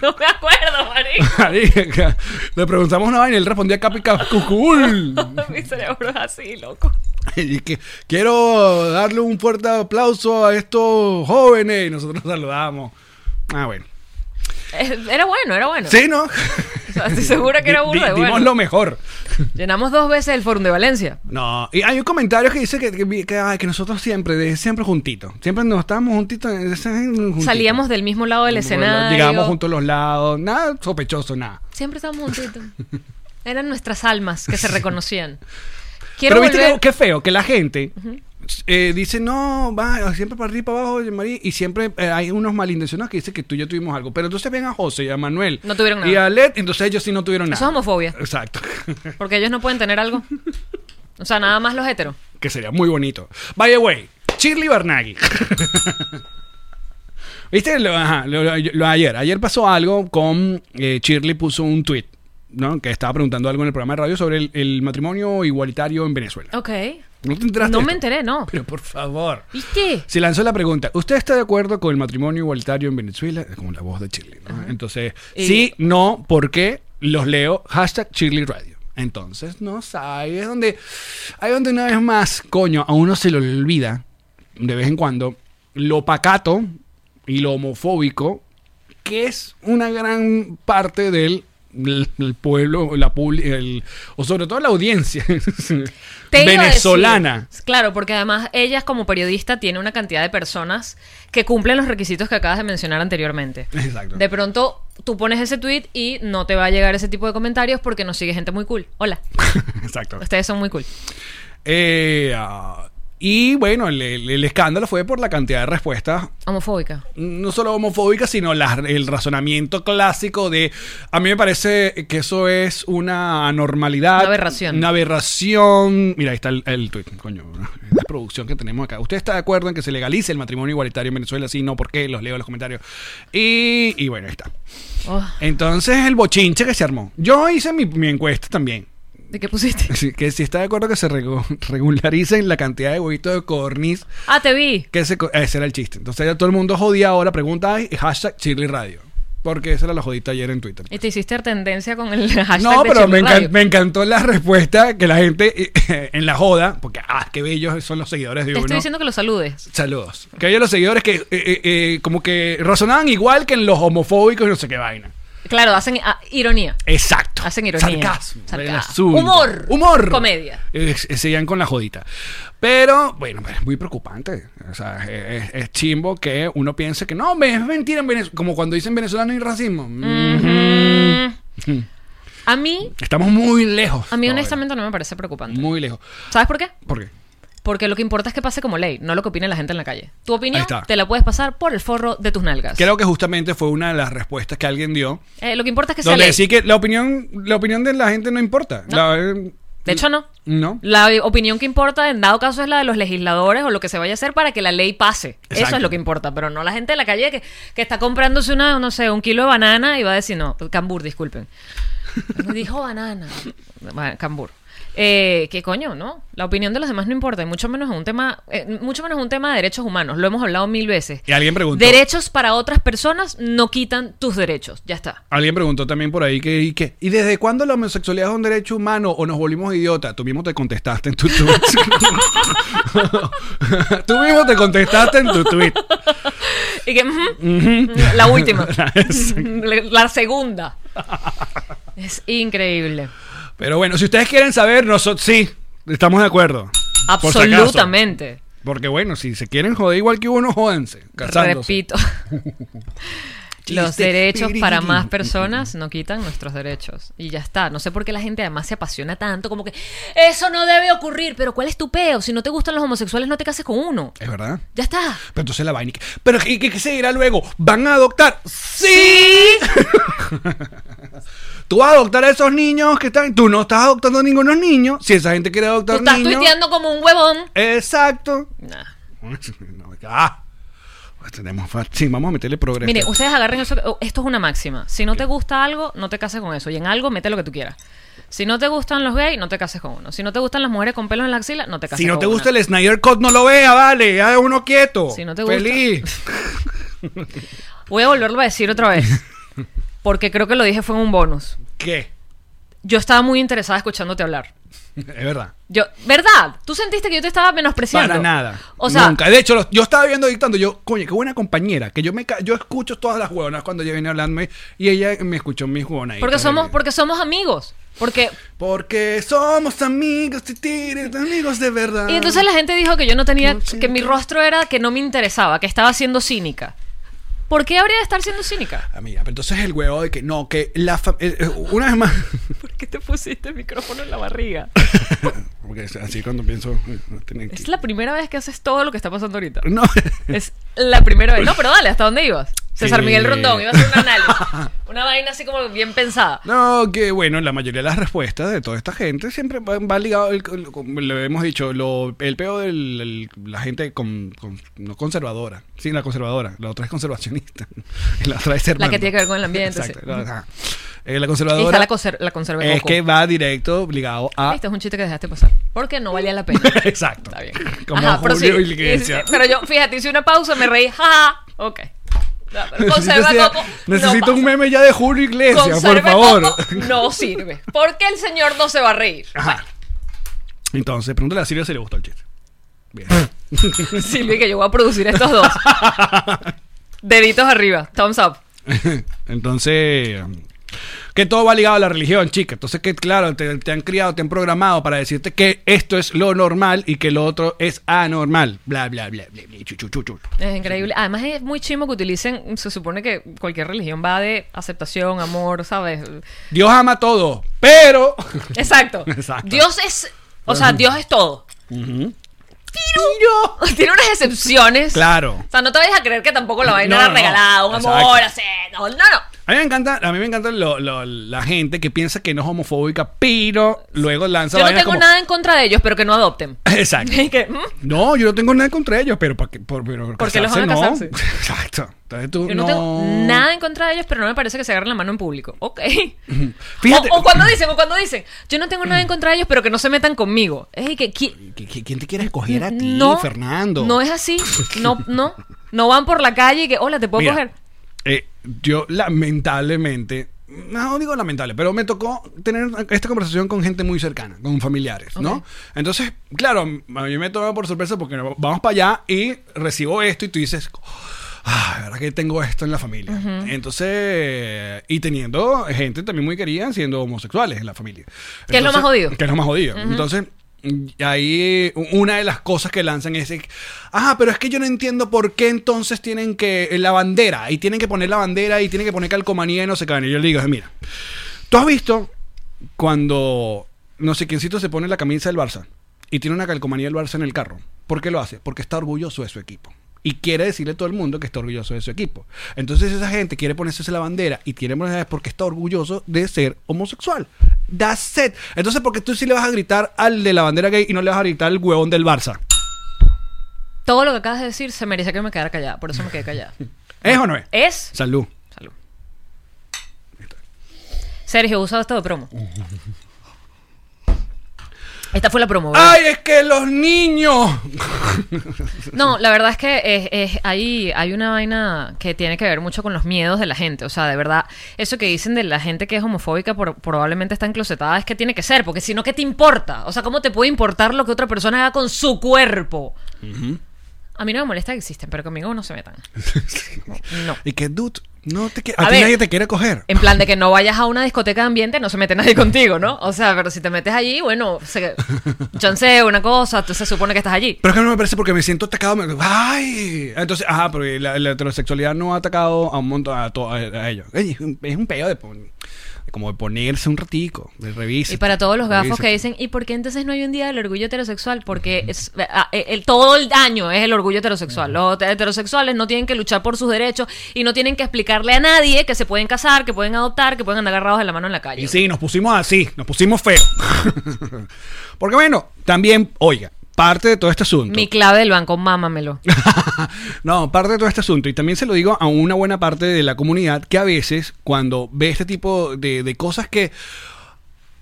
B: no me acuerdo, marico.
C: Marica, Le preguntamos una vaina y él respondía capi cap- cucul.
B: Mi cerebro es así, loco.
C: Y que quiero darle un fuerte aplauso a estos jóvenes. Y nosotros saludamos. Ah, bueno.
B: Eh, Era bueno, era bueno.
C: Sí, ¿no?
B: O sea, estoy segura que era
C: Di-
B: burda de
C: di- Dimos
B: bueno.
C: lo mejor.
B: Llenamos dos veces el Fórum de Valencia.
C: No, y hay un comentario que dice que, que, que, ay, que nosotros siempre, de- siempre juntitos. Siempre nos estábamos juntitos. en ese- juntitos.
B: Salíamos del mismo lado del escenario.
C: Llegábamos juntos a los lados. Nada sospechoso, nada.
B: Siempre estábamos juntitos. Eran nuestras almas que se reconocían. Quiero
C: Pero viste
B: volver-
C: que, qué feo, que la gente eh, dice, no, va siempre para arriba y para abajo, María", y siempre eh, hay unos malintencionados que dicen que tú y yo tuvimos algo. Pero entonces ven a José y a Manuel
B: No tuvieron
C: y
B: nada.
C: a Led, entonces ellos sí no tuvieron
B: Eso
C: nada.
B: es homofobia.
C: Exacto.
B: Porque ellos no pueden tener algo. O sea, nada más los heteros.
C: que sería muy bonito. By the way, Shirley Barnaghi. ¿Viste? Lo, ajá, lo- lo- lo- ayer. Ayer pasó algo con eh, Shirley puso un tweet, ¿no? Que estaba preguntando algo en el programa de radio sobre el, el matrimonio igualitario en Venezuela.
B: Ok.
C: ¿No te enteraste?
B: No
C: de
B: me
C: esto?
B: enteré, no.
C: Pero por favor.
B: ¿Viste?
C: Se lanzó la pregunta, ¿usted está de acuerdo con el matrimonio igualitario en Venezuela? Con la voz de Shirley, ¿no? Entonces,
B: Y-
C: sí, no, ¿por qué? Los leo, hashtag Shirley Radio. Entonces, no sabes, es donde, ahí donde una vez más, coño, a uno se le olvida, de vez en cuando, lo pacato y lo homofóbico, que es una gran parte del el pueblo, la publi- el- o sobre todo la audiencia
B: Te iba a
C: venezolana.
B: decir. claro, porque además ellas como periodista tiene una cantidad de personas que cumplen los requisitos que acabas de mencionar anteriormente.
C: Exacto.
B: De pronto tú pones ese tweet y no te va a llegar ese tipo de comentarios porque nos sigue gente muy cool. Hola,
C: Exacto.
B: ustedes son muy cool.
C: Eh, ah, y bueno, el, el- el escándalo fue por la cantidad de respuestas,
B: Homofóbica.
C: no solo homofóbicas, sino la- el razonamiento clásico de, a mí me parece que eso es una anormalidad.
B: Una aberración.
C: Una aberración. Mira, ahí está el, el tuit, coño, la producción que tenemos acá. ¿Usted está de acuerdo en que se legalice el matrimonio igualitario en Venezuela? Sí, no, ¿por qué? Los leo en los comentarios. Y, y bueno, ahí está.
B: Oh,
C: Entonces, el bochinche que se armó. Yo hice mi- mi encuesta también.
B: ¿De qué pusiste?
C: Sí, que si está de acuerdo que se regu- regularicen la cantidad de huevitos de codorniz
B: Ah, te vi.
C: que se co- ese era el chiste. Entonces ya todo el mundo jodía ahora, pregunta ay, hashtag Shirley Radio. Porque esa era la jodita ayer en Twitter.
B: Y te hiciste tendencia con el hashtag.
C: No,
B: de
C: pero
B: Chirlo
C: me, encan-
B: Radio.
C: me encantó la respuesta que la gente eh, en la joda, porque ah, qué bellos son los seguidores de
B: Te
C: uno.
B: estoy diciendo que lo saludes.
C: Saludos. Que hay los seguidores que eh, eh, eh, como que razonaban igual que en los homofóbicos y no sé qué vaina.
B: Claro, hacen ah, ironía.
C: Exacto.
B: Hacen ironía.
C: Sarcasmo.
B: Sarcasmo.
C: el asunto.
B: Humor.
C: Humor.
B: Comedia.
C: Eh, eh, seguían con la jodita. Pero, bueno, es muy preocupante. O sea, es, es- es chimbo que uno piense que no, me es mentira en Venezuela. Como cuando dicen venezolano y racismo.
B: Mm. A mí,
C: Estamos muy lejos.
B: a mí
C: todavía.
B: honestamente no me parece preocupante.
C: Muy lejos.
B: ¿Sabes por qué?
C: ¿Por qué?
B: Porque lo que importa es que pase como ley, no lo que opine la gente en la calle. Tu
C: Ahí
B: opinión
C: está.
B: te la puedes pasar por el forro de tus nalgas.
C: Creo que justamente fue una de las respuestas que alguien dio.
B: Eh, lo que importa es que sea
C: Donde
B: ley.
C: decía que la opinión, la opinión de la gente no importa.
B: No.
C: La- eh,
B: De hecho, no.
C: No.
B: La opinión que importa en dado caso es la de los legisladores o lo que se vaya a hacer para que la ley pase. Eso
C: Exacto.
B: es lo que importa, pero no la gente de la calle que, que está comprándose una, no sé, un kilo de banana y va a decir, no, cambur, disculpen. Me dijo banana. Bueno, cambur. Eh, ¿Qué coño, no? La opinión de los demás no importa, y mucho menos en un tema, eh, mucho menos en un tema de derechos humanos. Lo hemos hablado mil veces.
C: Y alguien preguntó.
B: Derechos para otras personas no quitan tus derechos. Ya está.
C: Alguien preguntó también por ahí que, ¿y, qué? ¿Y desde cuándo la homosexualidad es un derecho humano o nos volvimos idiotas? Tú mismo te contestaste en tu tweet. Tú mismo te contestaste en tu tweet.
B: Y que, ujú, la última. la, la segunda. Es increíble.
C: Pero bueno, si ustedes quieren saber, nosotros sí, estamos de acuerdo. Por si acaso.
B: Absolutamente.
C: Porque bueno, si se quieren joder igual que uno, jódense. Casándose.
B: Repito. Los
C: Chiste.
B: derechos para más
C: Piririrín.
B: personas no quitan nuestros derechos. Y ya está. No sé por qué la gente además se apasiona tanto, como que eso no debe ocurrir, pero ¿cuál es tu peo? Si no te gustan los homosexuales, no te cases con uno.
C: Es verdad.
B: Ya está.
C: Pero entonces la vaina. y que- Pero ¿y qué, qué se dirá luego? ¿Van a adoptar?
B: Sí.
C: ¿Tú vas a adoptar a esos niños que están.? Tú no estás adoptando a ningunos niños. Si esa gente quiere
B: Tú
C: adoptar
B: estás
C: niños.
B: tuiteando como un huevón.
C: Exacto.
B: Nah.
C: No, ah. Pues tenemos fa- sí, vamos a meterle progreso.
B: Mire, ustedes agarren eso. oh, Esto es una máxima. Si no te gusta algo, no te cases con eso. Y en algo, mete lo que tú quieras. Si no te gustan los gays, no te cases con uno. Si no te gustan las mujeres con pelos en la axila, no te cases
C: si no
B: con
C: te gusta
B: una.
C: el Snyder Cut, no lo vea, vale. Ya uno quieto.
B: Si no te gusta-
C: Feliz.
B: Voy a volverlo a decir otra vez. Porque creo que lo dije fue en un bonus.
C: ¿Qué?
B: Yo estaba muy interesada escuchándote hablar.
C: Es verdad.
B: Yo, ¿verdad? ¿Tú sentiste que yo te estaba menospreciando?
C: Para nada.
B: O sea,
C: Nunca. De hecho, los- yo estaba viendo dictando. Yo, coño, qué buena compañera. Que yo me ca- yo escucho todas las huevonas cuando ella viene hablando y ella me escuchó mis huevonas.
B: porque somos, porque somos amigos. Porque
C: Porque somos amigos, ti, ti, ti, amigos de verdad.
B: Y entonces la gente dijo que yo Ah. no tenía,
C: No sé,
B: que mi
C: qué-
B: rostro era que no me interesaba, que estaba siendo cínica. ¿Por qué habría de estar siendo cínica?
C: Ah, mira, pero entonces el huevo de que no, que la fa- eh, eh, una vez más.
B: ¿Por qué te pusiste el micrófono en la barriga?
C: Porque es así cuando pienso. eh, no tiene que-
B: Es la primera vez que haces todo lo que está pasando ahorita.
C: No.
B: Es la primera vez. No, pero dale, ¿hasta dónde ibas? César
C: Sí.
B: Miguel Rondón, iba a hacer un análisis. Una vaina así como bien pensada.
C: No, que bueno, la mayoría de las respuestas de toda esta gente siempre va, va ligado, el- el- como le hemos dicho, lo, el peo de la gente con, con- no conservadora, sí, la conservadora, la otra es conservacionista, y la otra es
B: La que
C: Servando.
B: tiene que ver con el ambiente,
C: Exacto,
B: sí.
C: la, ajá. Eh,
B: Ahí
C: la
B: está
C: conservadora
B: la, coser, la conserva de
C: es
B: coco.
C: que va directo ligado a...
B: Este es un chiste que dejaste pasar. Porque no valía la pena.
C: Exacto.
B: Está bien.
C: Como
B: Ajá, pero
C: Julio
B: sí,
C: Iglesias.
B: y- pero yo, fíjate, hice una pausa, me reí, jaja. Ok. No, pero Conserva
C: Necesito-
B: coco.
C: necesito
B: no
C: un
B: pasa.
C: meme ya de Julio Iglesias, por
B: Conserva
C: favor.
B: coco no sirve. Porque el señor no se va a reír.
C: Ajá. Entonces, pregúntale a Silvia si le gustó el chiste. Bien.
B: Silvi, que yo voy a producir estos dos. Deditos arriba, thumbs up.
C: Entonces, que todo va ligado a la religión, chica. Entonces, que claro, te, te han criado, te han programado para decirte que esto es lo normal y que lo otro es anormal. Bla, bla, bla, bla, bla, chu, chu, chu, chu.
B: Es increíble. Además es muy chimo que utilicen, se supone que cualquier religión va de aceptación, amor, ¿sabes?
C: Dios ama todo, pero.
B: Exacto.
C: Exacto.
B: Dios es, o sea, Dios es todo. Tiene unas excepciones.
C: Claro.
B: O sea, no te vayas a creer que tampoco la vaina
C: No,
B: era
C: no, no.
B: regalada, un
C: Exacto.
B: amor, así. No, no, no.
C: A mí me encanta, a mí me encanta lo- lo- la gente que piensa que no es homofóbica, pero luego
B: Yo
C: lanza
B: no
C: vainas
B: tengo
C: como-
B: nada en contra de ellos, pero que no adopten.
C: Exacto.
B: Y que, ¿hmm?
C: No, yo no tengo nada contra ellos, pero para que, por, pero
B: Porque los van a
C: casarse no.
B: casarse.
C: Exacto. Entonces tú
B: Yo no, tengo nada en contra de ellos, pero no me parece que se agarren la mano en público. Ok.
C: Fíjate.
B: O, o cuando dicen, o cuando dicen, yo no tengo nada en contra de ellos, pero que no se metan conmigo. Es que, qui-
C: ¿Qui- qui- ¿Quién te quiere escoger a ti,
B: no,
C: Fernando?
B: No es así. No, no. No van por la calle y que, hola, te puedo
C: Mira,
B: coger.
C: eh, yo lamentablemente, no digo lamentable, pero me tocó tener esta conversación con gente muy cercana, con familiares, ¿no?
B: Ok.
C: Entonces, claro, a mí me toma por sorpresa porque vamos para allá y recibo esto y tú dices, ah, la verdad que tengo esto en la familia. Entonces, y teniendo gente también muy querida siendo homosexuales en la familia.
B: Que es lo
C: Entonces-
B: más jodido.
C: Que es lo más jodido. Entonces, y ahí u- una de las cosas que lanzan es, ah, pero es que yo no entiendo por qué entonces tienen que eh, la bandera, y tienen que poner la bandera, y tienen que poner calcomanía y no sé qué. Y yo le digo, mira, ¿tú has visto cuando no sé quiéncito se pone la camisa del Barça y tiene una calcomanía del Barça en el carro? ¿Por qué lo hace? Porque está orgulloso de su equipo. Y quiere decirle a todo el mundo que está orgulloso de su equipo. Entonces esa gente quiere ponerse la bandera y quiere ponerse porque está orgulloso de ser homosexual. That's it. Entonces, porque tú sí le vas a gritar al de la bandera gay y no le vas a gritar al huevón del Barça?
B: Todo lo que acabas de decir se merece que me quedara callada. Por eso me quedé callada.
C: ¿Es o no es?
B: Es.
C: Salud.
B: Salud. Sergio, usado esto de promo. Esta fue la promo. ¿verdad?
C: ¡Ay, es que los niños!
B: No, la verdad es que es, es- ahí hay una vaina que tiene que ver mucho con los miedos de la gente. O sea, de verdad, eso que dicen de la gente que es homofóbica por- probablemente está enclosetada es que tiene que ser, porque si no, ¿qué te importa? O sea, ¿cómo te puede importar lo que otra persona haga con su cuerpo? A mí no me molesta que existen, pero conmigo no se metan. No.
C: Y que, dude, no te quiere- a,
B: A
C: ti
B: ver.
C: nadie te quiere coger.
B: En plan de que no vayas a una discoteca de ambiente, no se mete nadie contigo, ¿no? O sea, pero si te metes allí, bueno, se, chancea una cosa, tú se supone que estás allí.
C: Pero es que no me parece porque me siento atacado. me- ¡Ay! Entonces, ajá, pero la, la heterosexualidad no ha atacado a un montón a, to- a- a ellos. Ey, es un- es un peo de, pon- como de ponerse un ratico, de revisa.
B: Y para todos los gafos que dicen, ¿y por qué entonces no hay un día del orgullo heterosexual? Porque es, ah, eh, el, todo el daño es el orgullo heterosexual. Los heterosexuales no tienen que luchar por sus derechos y no tienen que explicarle a nadie que se pueden casar, que pueden adoptar, que pueden andar agarrados de la mano en la calle.
C: Y sí, nos pusimos así, nos pusimos feo. porque bueno, también, oiga, parte de todo este asunto.
B: Mi clave del banco, mámamelo.
C: no, parte de todo este asunto. Y también se lo digo a una buena parte de la comunidad que a veces, cuando ve este tipo de, de cosas que.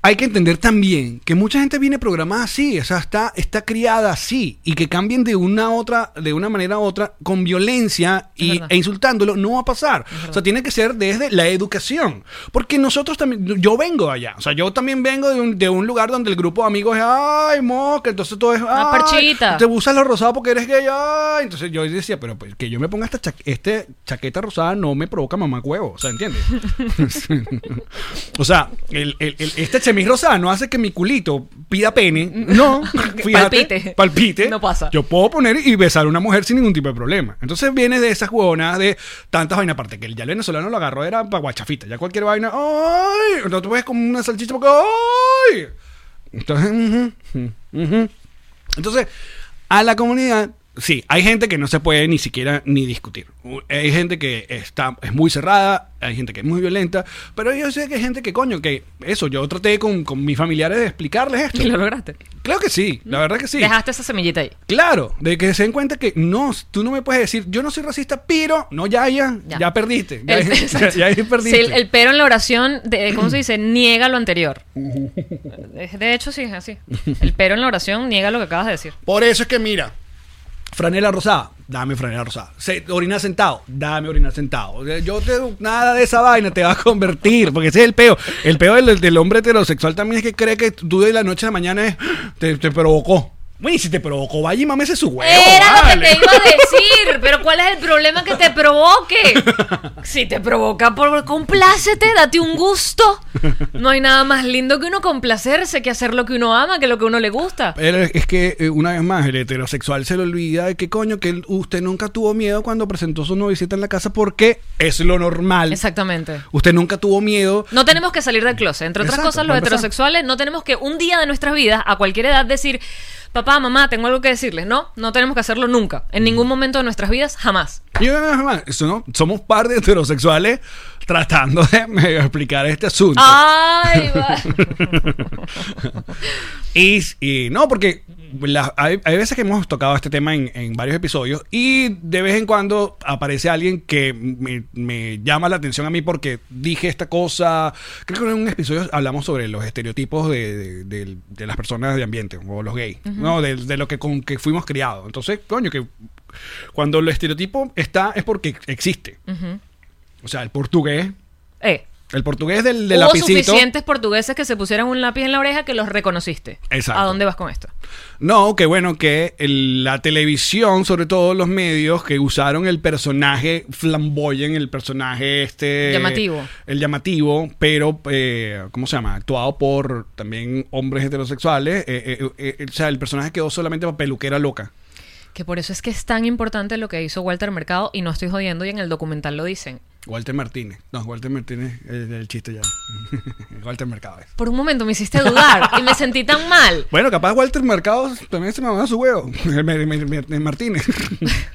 C: hay que entender también que mucha gente viene programada así, o sea, está, está criada así, y que cambien de una a otra, de una manera a otra, con violencia
B: Es
C: y,
B: verdad.
C: e insultándolo, no va a pasar. O sea, tiene que ser desde la educación. Porque nosotros también, yo vengo de allá, o sea, yo también vengo de un, de un lugar donde el grupo de amigos es, ay, moca, entonces todo es,
B: Ah,
C: ay,
B: parchita.
C: Te usas lo rosado porque eres gay, ay. Entonces yo decía, pero pues, que yo me ponga esta, cha- este chaqueta rosada no me provoca mamá huevo, o sea, ¿entiendes? O sea, el, el- el- este chemis rosado no hace que mi culito pida pene. No, fíjate.
B: Palpite.
C: Palpite.
B: No pasa.
C: Yo puedo poner y besar a una mujer sin ningún tipo de problema. Entonces viene de esas huevonadas de tantas vainas. Aparte, que el, ya el venezolano lo agarró era para guachafita. Ya cualquier vaina. ¡Ay! No te puedes como una salchicha porque ¡Ay! Entonces, ujú, ujú. Entonces, a la comunidad, sí, hay gente que no se puede ni siquiera ni discutir. U- Hay gente que está, es muy cerrada, hay gente que es muy violenta, pero yo sé que hay gente que, coño, que eso, yo traté con, con mis familiares de explicarles esto.
B: Y lo lograste.
C: Claro que sí, la verdad que sí.
B: Dejaste esa semillita ahí.
C: Claro, de que se den cuenta que no, tú no me puedes decir, yo no soy racista, pero no, ya, ya, ya,
B: Ya.
C: perdiste. Ya,
B: El-
C: ya, ya ahí perdiste.
B: Sí, el, el pero en la oración, de, ¿cómo se dice? Niega lo anterior. Es- De hecho, sí, es así. El pero en la oración niega lo que acabas de decir.
C: Por eso es que mira, franela rosada, dame franela rosada. Se, orina sentado, dame orina sentado. O sea, Yo te, nada de esa vaina te va a convertir, porque ese es el peo. El peo del, del hombre heterosexual también es que cree que tú de la noche a la mañana es, te, te provocó. Bueno, y si te provocó, vaya y mámese su huevo.
B: Era lo
C: vale.
B: que te iba a decir, pero ¿cuál es el problema que te provoque? Si te provoca, por complácete, date un gusto. No hay nada más lindo que uno complacerse, que hacer lo que uno ama, que lo que uno le gusta.
C: Pero es que, eh, una vez más, el heterosexual se le olvida de que coño, que él- usted nunca tuvo miedo cuando presentó su novicita en la casa porque es lo normal.
B: Exactamente.
C: Usted nunca tuvo miedo
B: No tenemos que salir del closet. Entre otras
C: Exacto,
B: cosas,
C: para
B: los
C: empezar.
B: heterosexuales no tenemos que un día de nuestras vidas, a cualquier edad, decir, papá, mamá, tengo algo que decirles. No, no tenemos que hacerlo nunca. En ningún momento de nuestras vidas, jamás.
C: Y una vez más, eso no- somos par de heterosexuales tratando de medio explicar este asunto.
B: Ah. Ay, va.
C: Y, y no, porque la- hay, hay veces que hemos tocado este tema en, en varios episodios y de vez en cuando aparece alguien que me, me llama la atención a mí porque dije esta cosa. Creo que en un episodio hablamos sobre los estereotipos de, de- de- de las personas de ambiente o los gays, ¿no? De, de lo que con que fuimos criados. Entonces, coño, que cuando el estereotipo está es porque existe. O sea, el portugués.
B: Eh,
C: El portugués del, del
B: hubo
C: lapicito.
B: suficientes portugueses que se pusieran un lápiz en la oreja que los reconociste.
C: Exacto.
B: ¿A dónde vas con esto?
C: No, que bueno que el- la televisión, sobre todo los medios, que usaron el personaje flamboyant, el personaje este...
B: Llamativo.
C: El llamativo, pero, eh, ¿cómo se llama? Actuado por también hombres heterosexuales. eh, eh, eh, eh, o sea, el personaje quedó solamente para peluquera loca.
B: Que por eso es que es tan importante lo que hizo Walter Mercado y no estoy jodiendo y en el documental lo dicen.
C: Walter Martínez. No, Walter Martínez, el, el chiste ya. Walter Mercado. es.
B: Por un momento me hiciste dudar y me sentí tan mal.
C: Bueno, capaz Walter Mercado también se mamaba su huevo. El Mer- Mer- Mer- Martínez.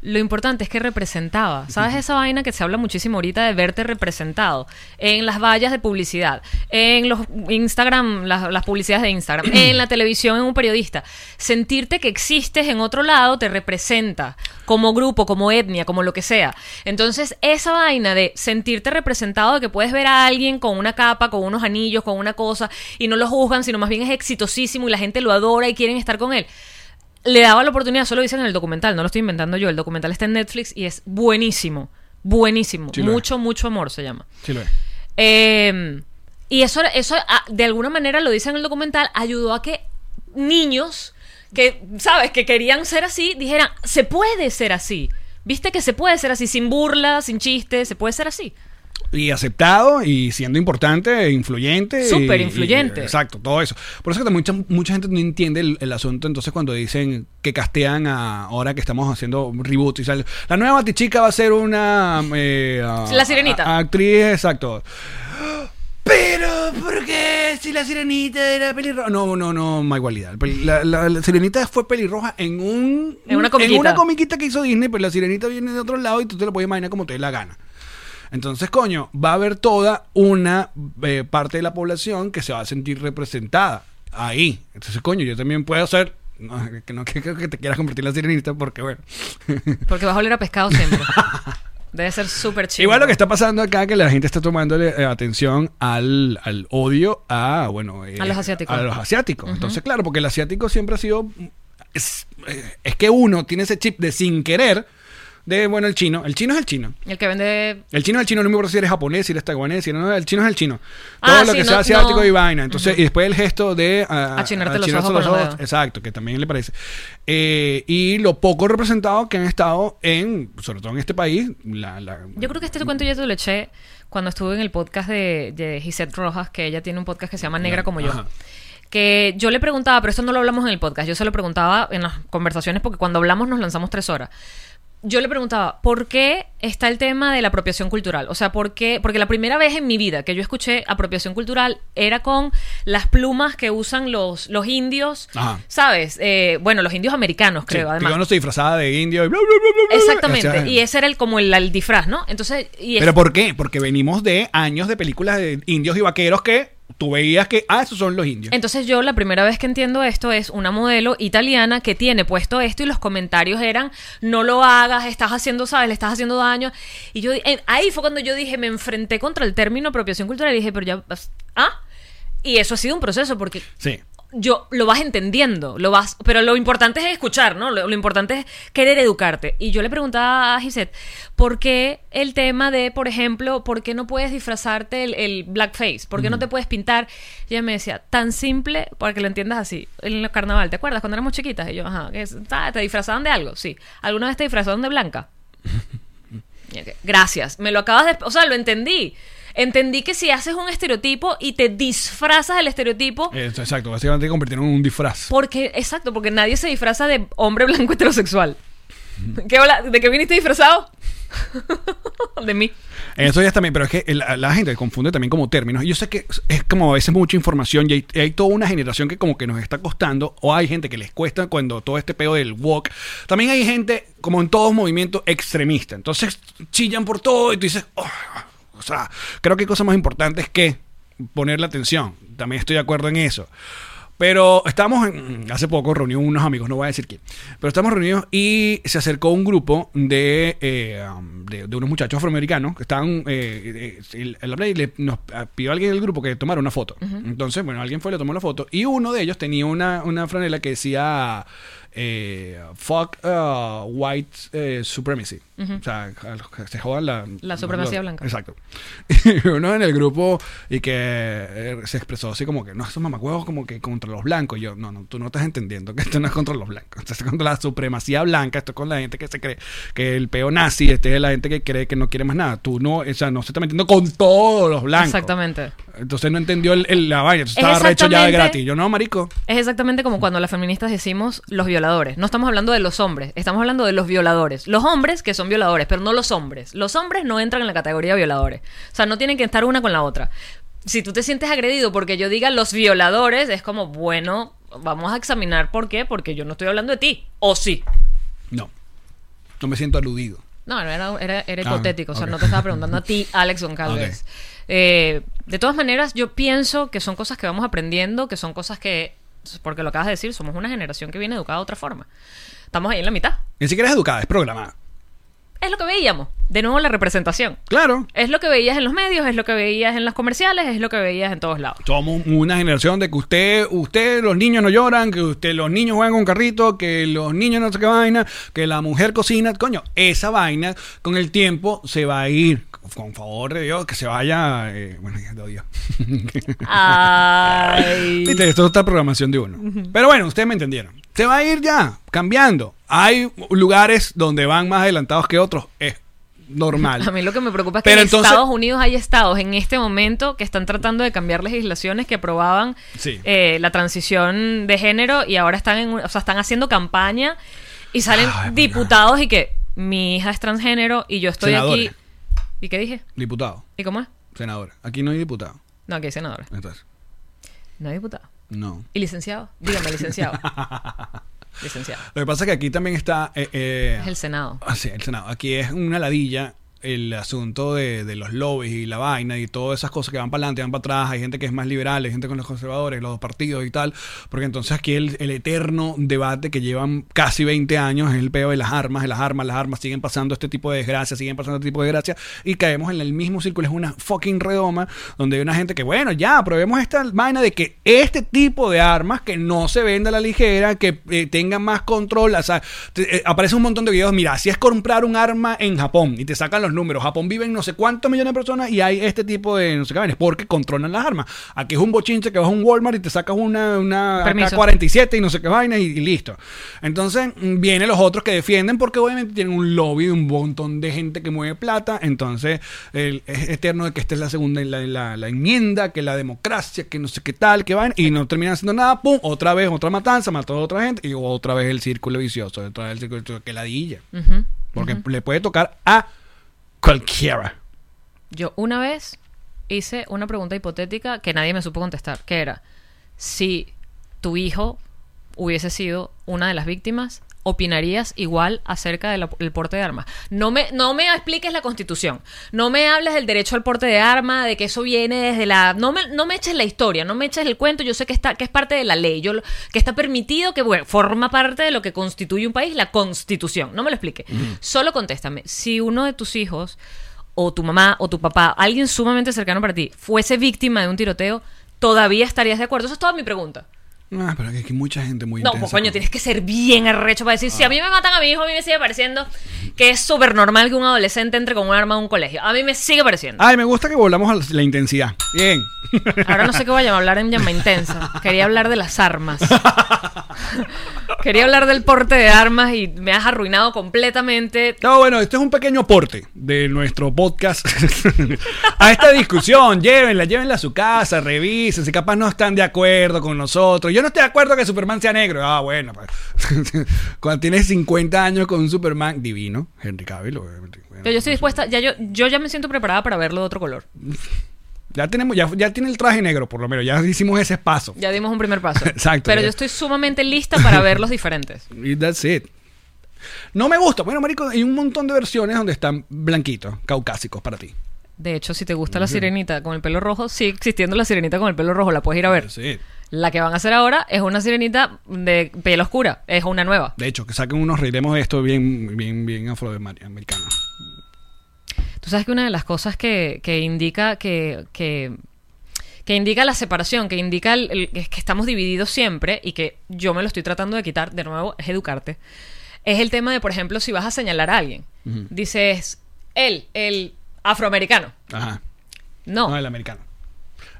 B: Lo importante es que representaba. ¿Sabes esa vaina que se habla muchísimo ahorita de verte representado? En las vallas de publicidad, en los Instagram, las, las publicidades de Instagram, en la televisión, en un periodista. Sentirte que existes en otro lado te representa como grupo, como etnia, como lo que sea. Entonces, esa vaina de sentirte representado, de que puedes ver a alguien con una capa, con unos anillos, con una cosa, y no lo juzgan, sino más bien es exitosísimo y la gente lo adora y quieren estar con él le daba la oportunidad, solo dicen en el documental, no lo estoy inventando yo, el documental está en Netflix y es buenísimo, buenísimo,
C: Sí lo es.
B: mucho, mucho amor se llama.
C: Sí lo es.
B: Eh, y eso, eso ah, de alguna manera lo dicen en el documental, ayudó a que niños que, ¿sabes?, que querían ser así, dijeran, se puede ser así. Viste que se puede ser así, sin burla, sin chistes, se puede ser así.
C: Y aceptado y siendo importante, e influyente. y-
B: Súper
C: y-
B: influyente.
C: exacto, todo eso. Por eso que mucha, mucha gente no entiende el, el asunto. Entonces, cuando dicen que castean a- ahora que estamos haciendo reboot y sale, la nueva Batichica va a ser una. eh, a-
B: La Sirenita.
C: a- actriz, exacto. Pero, ¿por qué? Si la sirenita era pelirroja. No, no, no, más igualdad. Pel- La, la- la sirenita fue pelirroja en un.
B: En una comiquita.
C: una comiquita que hizo Disney, pero la sirenita viene de otro lado y tú te la puedes imaginar como te dé la gana. Entonces, coño, va a haber toda una eh, parte de la población que se va a sentir representada ahí. Entonces, coño, yo también puedo hacer. No, que no creo que te quieras convertir en la sirenita, porque bueno.
B: Porque vas a oler a pescado siempre. Debe ser súper chido.
C: Igual lo que está pasando acá que la gente está tomándole eh, atención al, al odio a, bueno... eh,
B: A los asiáticos.
C: A los asiáticos. Entonces, claro, porque el asiático siempre ha sido... Es, eh, es que uno tiene ese chip de sin querer de, bueno, el chino. El chino es el chino.
B: El que vende.
C: El chino es el chino, no me importa si eres japonés, si eres taiwanés, si no, el chino es el chino.
B: Ah,
C: Todo
B: sí,
C: lo que
B: no-
C: sea asiático
B: no.
C: y vaina. Entonces, y después el gesto de ah,
B: Achinarte los
C: achinarse
B: ojos con los dedos.
C: Exacto, que también le parece. Eh, y lo poco representado que han estado en, sobre todo en este país, la, la-
B: Yo creo que este cuento ya te lo eché cuando estuve en el podcast de, de Gisette Rojas, que ella tiene un podcast que se llama Negra como yo.
C: Ajá.
B: Que yo le preguntaba, pero esto no lo hablamos en el podcast, yo se lo preguntaba en las conversaciones porque cuando hablamos nos lanzamos tres horas. Yo le preguntaba, ¿por qué está el tema de la apropiación cultural? O sea, ¿por qué? Porque la primera vez en mi vida que yo escuché apropiación cultural era con las plumas que usan los, los indios,
C: Ajá.
B: ¿sabes? Eh, bueno, los indios americanos,
C: Sí,
B: creo,
C: que
B: además.
C: yo no estoy disfrazada de indio y bla, bla, bla, bla, bla.
B: Exactamente,
C: O sea,
B: y ese era el como el, el disfraz, ¿no? Entonces, y es-
C: ¿Pero por qué? Porque venimos de años de películas de indios y vaqueros que tú veías que, ah, esos son los indios.
B: entonces yo la primera vez que entiendo esto es una modelo italiana que tiene puesto esto y los comentarios eran no lo hagas, estás haciendo, sabes, le estás haciendo daño. Y yo eh, ahí fue cuando yo dije, me enfrenté contra el término apropiación cultural y dije, pero ya ah, y eso ha sido un proceso porque
C: sí.
B: yo lo vas entendiendo, lo vas, pero lo importante es escuchar, ¿no? Lo, lo importante es querer educarte. Y yo le preguntaba a Gisette, ¿por qué el tema de, por ejemplo, por qué no puedes disfrazarte el, el blackface? ¿Por qué no te puedes pintar? Y ella me decía, tan simple, para que lo entiendas así, en el carnaval, ¿te acuerdas cuando éramos chiquitas? Y yo, ajá, que es- ah, ¿te disfrazaban de algo? Sí. ¿Alguna vez te disfrazaron de blanca? Y que, Gracias, me lo acabas de... O sea, lo entendí. Entendí que si haces un estereotipo y te disfrazas el estereotipo,
C: Eso, exacto, básicamente convirtieron en un disfraz.
B: porque, exacto, porque nadie se disfraza de hombre blanco heterosexual. ¿Qué hola? ¿De qué viniste disfrazado? de mí.
C: Eso ya también, pero es que la, la gente confunde también como términos. Yo sé que es como a veces mucha información y hay, y hay toda una generación que como que nos está costando, o hay gente que les cuesta cuando todo este pedo del walk. También hay gente, como en todos movimientos, extremista. Entonces chillan por todo y tú dices, "Oh, o sea, creo que hay cosas más importantes que ponerle atención. También estoy de acuerdo en eso. Pero estamos en- mm, hace poco reunió unos amigos, no voy a decir quién, pero estamos reunidos y se acercó un grupo de, eh, um, de, de unos muchachos afroamericanos que estaban eh, eh, el- el play le- nos ah, pidió a alguien del grupo que tomara una foto. Entonces, bueno, alguien fue, le tomó la foto y uno de ellos tenía una, una franela que decía eh, fuck uh, white eh, supremacy. O sea, a los que se jodan la,
B: La supremacía blanca.
C: Exacto. Y uno en el grupo y que eh, se expresó así como que, no, esos mamacuevos como que contra los blancos. Y yo, no, no, tú no estás entendiendo que esto no es contra los blancos. Esto es contra la supremacía blanca. Esto es con la gente que se cree que el peo nazi, este es la gente que cree que no quiere más nada. Tú no, o sea, no se está metiendo con todos los blancos.
B: Exactamente.
C: Entonces no entendió el, el- la vaina. Entonces
B: Es
C: estaba recho ya de
B: exactamente-
C: gratis. Yo, no, marico.
B: Es exactamente como cuando las feministas decimos los violadores. No estamos hablando de los hombres, estamos hablando de los violadores. Los hombres que son violadores, pero no los hombres. Los hombres no entran en la categoría de violadores. O sea, no tienen que estar una con la otra. Si tú te sientes agredido porque yo diga los violadores, es como, bueno, vamos a examinar por qué, porque yo no estoy hablando de ti. O sí.
C: No. No me siento aludido.
B: No, no, era, era, era
C: Ah,
B: hipotético, o sea,
C: ok.
B: no te estaba preguntando a ti, Alex Goncalves.
C: Ok.
B: Eh, de todas maneras, yo pienso que son cosas que vamos aprendiendo, que son cosas que, porque lo acabas de decir, somos una generación que viene educada de otra forma. Estamos ahí en la mitad.
C: Ni siquiera es educada, es programada.
B: Es lo que veíamos. De nuevo, la representación.
C: Claro.
B: Es lo que veías en los medios, es lo que veías en las comerciales, es lo que veías en todos lados.
C: Somos una generación de que usted, usted, los niños no lloran, que usted, los niños juegan con carrito, que los niños no sé qué vaina, que la mujer cocina. Coño, esa vaina con el tiempo se va a ir. Con favor de Dios, que se vaya. eh, bueno, ya lo dio.
B: Ay.
C: Viste, esto es otra programación de uno. Pero bueno, ustedes me entendieron. Se va a ir ya, cambiando. Hay lugares donde van más adelantados que otros. Es normal.
B: A mí lo que me preocupa es que
C: Pero
B: en
C: entonces-
B: Estados Unidos hay estados en este momento que están tratando de cambiar legislaciones que aprobaban
C: Sí.
B: eh, la transición de género y ahora están en, un- o sea, están haciendo campaña y salen
C: Ay,
B: diputados y que mi hija es transgénero y yo estoy
C: Senadores.
B: aquí. ¿Y qué dije?
C: Diputado,
B: ¿Y cómo es?
C: senadora. Aquí no hay diputado.
B: No, aquí hay senadora.
C: Entonces,
B: No hay diputado.
C: no.
B: ¿Y licenciado? Dígame, licenciado. licenciado.
C: Lo que pasa es que aquí también está. eh, eh,
B: Es el Senado.
C: Ah, sí, el Senado. Aquí es una ladilla el asunto de, de los lobbies y la vaina y todas esas cosas que van para adelante, van para atrás, hay gente que es más liberal, hay gente con los conservadores, los dos partidos y tal, porque entonces aquí el, el eterno debate que llevan casi 20 años es el peo de las armas, de las armas, las armas, siguen pasando este tipo de desgracias, siguen pasando este tipo de desgracias y caemos en el mismo círculo, es una fucking redoma donde hay una gente que, bueno, ya, probemos esta vaina de que este tipo de armas que no se venda a la ligera, que eh, tengan más control, o sea, te- eh, aparece un montón de videos, mira, si es comprar un arma en Japón y te sacan los números, Japón vive en no sé cuántos millones de personas y hay este tipo de, no sé qué, vainas, porque controlan las armas. Aquí es un bochinche que vas a un Walmart y te sacas una, una
B: Permiso.
C: AK-47 47 y no sé qué vaina y, y listo. Entonces mm, vienen los otros que defienden porque obviamente tienen un lobby de un montón de gente que mueve plata. Entonces el, es eterno de que esta es la segunda, la, la- la enmienda, que la democracia, que no sé qué tal, que vaina y no terminan haciendo nada. Pum, otra vez otra matanza, mató a otra gente y otra vez el círculo vicioso, otra vez el círculo vicioso, que ladilla.
B: Ujú.
C: Porque le puede tocar a cualquiera.
B: Yo una vez hice una pregunta hipotética que nadie me supo contestar, que era, si tu hijo hubiese sido una de las víctimas, ¿opinarías igual acerca del ap- el porte de armas? No me, no me expliques la constitución, no me hables del derecho al porte de arma, de que eso viene desde la... No me, no me eches la historia, no me eches el cuento, yo sé que, está, que es parte de la ley, yo, lo- que está permitido, que bueno, forma parte de lo que constituye un país, la constitución, no me lo explique. Solo contéstame, si uno de tus hijos o tu mamá o tu papá, alguien sumamente cercano para ti, fuese víctima de un tiroteo, ¿todavía estarías de acuerdo? Esa es toda mi pregunta.
C: Ah, pero aquí hay mucha gente muy
B: no,
C: intensa.
B: pues coño, tienes que ser bien arrecho para decir, si a mí me matan a mi hijo, a mí me sigue pareciendo que es súper normal que un adolescente entre con un arma a un colegio. A mí me sigue pareciendo.
C: Ay, me gusta que volvamos a la intensidad. Bien.
B: Ahora no sé qué voy a hablar en llama intensa. Quería hablar de las armas. Quería hablar del porte de armas y me has arruinado completamente.
C: No, bueno, este es un pequeño aporte de nuestro podcast a esta discusión. Llévenla, llévenla a su casa, revisen si capaz no están de acuerdo con nosotros. Yo no estoy de acuerdo que Superman sea negro. Ah, bueno, pues. Cuando tienes 50 años con un Superman divino, Henry Cavill, obviamente. Bueno,
B: Pero yo estoy dispuesta, ya yo, yo ya me siento preparada para verlo de otro color.
C: Ya tenemos, ya, ya tiene el traje negro, por lo menos. Ya hicimos ese paso.
B: Ya dimos un primer paso.
C: Exacto,
B: Pero
C: ya.
B: yo estoy sumamente lista para ver los diferentes.
C: Y that's it. No me gusta. Bueno, marico, hay un montón de versiones donde están blanquitos, caucásicos para ti.
B: De hecho, si te gusta la sirenita con el pelo rojo, sigue existiendo la sirenita con el pelo rojo, la puedes ir a ver.
C: That's it.
B: La que van a hacer ahora es una sirenita de piel oscura, es una nueva.
C: De hecho, que saquen unos riremos de esto bien, bien, bien afroamericano.
B: Tú sabes que una de las cosas que, que indica que, que, que indica la separación, que indica el- el- es que estamos divididos siempre y que yo me lo estoy tratando de quitar, de nuevo, es educarte. Es el tema de, por ejemplo, si vas a señalar a alguien, dices él, el afroamericano.
C: Ajá.
B: No,
C: No, el americano.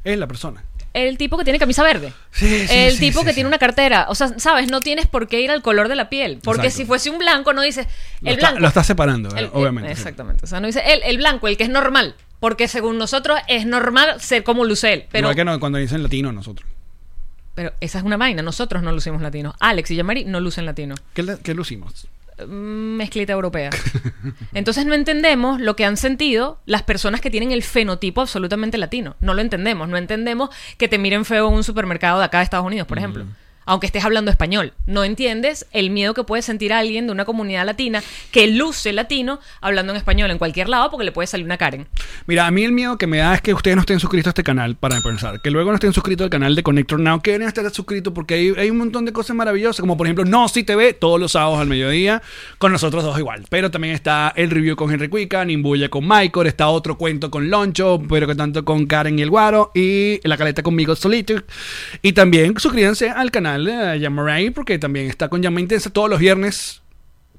C: Es la persona.
B: el tipo que tiene camisa verde.
C: Sí, sí,
B: el
C: sí,
B: tipo
C: sí,
B: que
C: sí.
B: tiene una cartera. O sea, sabes, no tienes por qué ir al color de la piel. Porque
C: Exacto.
B: si fuese un blanco, no dices
C: Lo
B: el
C: está-
B: blanco.
C: lo está separando, eh,
B: El-
C: obviamente. sí.
B: Exactamente. O sea, no dice el, el blanco, el que es normal. Porque según nosotros es normal ser como luce él. Pero,
C: Igual que no- cuando dicen latino nosotros.
B: pero esa es una vaina. Nosotros no lucimos latinos. Alex y Yamari no lucen latino.
C: ¿Qué, le- qué lucimos?
B: Mm, Mezclita europea. Entonces no entendemos lo que han sentido las personas que tienen el fenotipo absolutamente latino. No lo entendemos. No entendemos que te miren feo en un supermercado de acá de Estados Unidos,
C: Mm.
B: por ejemplo. Aunque estés hablando español, no entiendes el miedo que puede sentir alguien de una comunidad latina que luce latino hablando en español en cualquier lado porque le puede salir una Karen.
C: Mira, a mí el miedo que me da es que ustedes no estén suscritos a este canal para empezar. Que luego no estén suscritos al canal de Connector Now. Que deberían estar suscritos porque hay, hay un montón de cosas maravillosas. Como por ejemplo, No Si TV, todos los sábados al mediodía. Con nosotros dos igual. Pero también está el review con Henry Cuica, Nimbuya con Michael. Está otro cuento con Loncho, pero que tanto con Karen y el Guaro. Y la caleta conmigo solito. Y también suscríbanse al canal de Yamaray porque también está con Llama Intensa todos los viernes.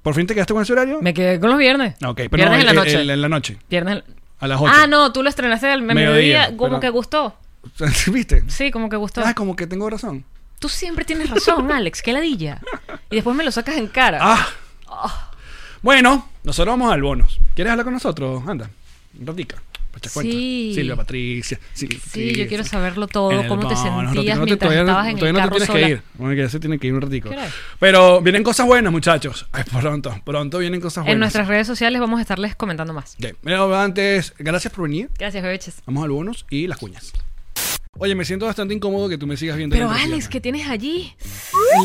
C: ¿Por fin te quedaste con ese horario?
B: Me quedé con los viernes.
C: Ok, pero
B: viernes
C: no,
B: en la
C: el-
B: noche.
C: el- en la noche.
B: Viernes en-
C: A las 8.
B: Ah, no, tú lo estrenaste al mediodía.
C: Mediodía,
B: como
C: pero-
B: que gustó.
C: ¿Viste?
B: Sí, como que gustó.
C: Ah, como que tengo razón.
B: Tú siempre tienes razón, Alex. Qué ladilla. Y después me lo sacas en cara.
C: Ah. Bueno, nosotros vamos al bonus. ¿Quieres hablar con nosotros? Anda, un ratico. pues te cuento.
B: Sí.
C: Silvia Patricia. Silvia,
B: sí,
C: Patricia.
B: yo quiero saberlo
C: En
B: todo.
C: el
B: ¿Cómo te
C: bonus. No,
B: sentías
C: no, no,
B: mientras
C: todavía no-
B: estabas en el
C: todavía no
B: carro
C: te tienes
B: sola?
C: que ir. Bueno, que ya se tiene que ir un ratico.
B: ¿Qué hora es?
C: Pero vienen cosas buenas, muchachos. Ay, pronto, pronto vienen cosas buenas.
B: En nuestras redes sociales vamos a estarles comentando más.
C: Ok, Pero antes, gracias por venir.
B: Gracias, bebeches.
C: Vamos al bonus y las cuñas. Oye, me siento bastante incómodo que tú me sigas viendo.
B: Pero
C: la
B: Alex,
C: persiana.
B: ¿qué tienes allí?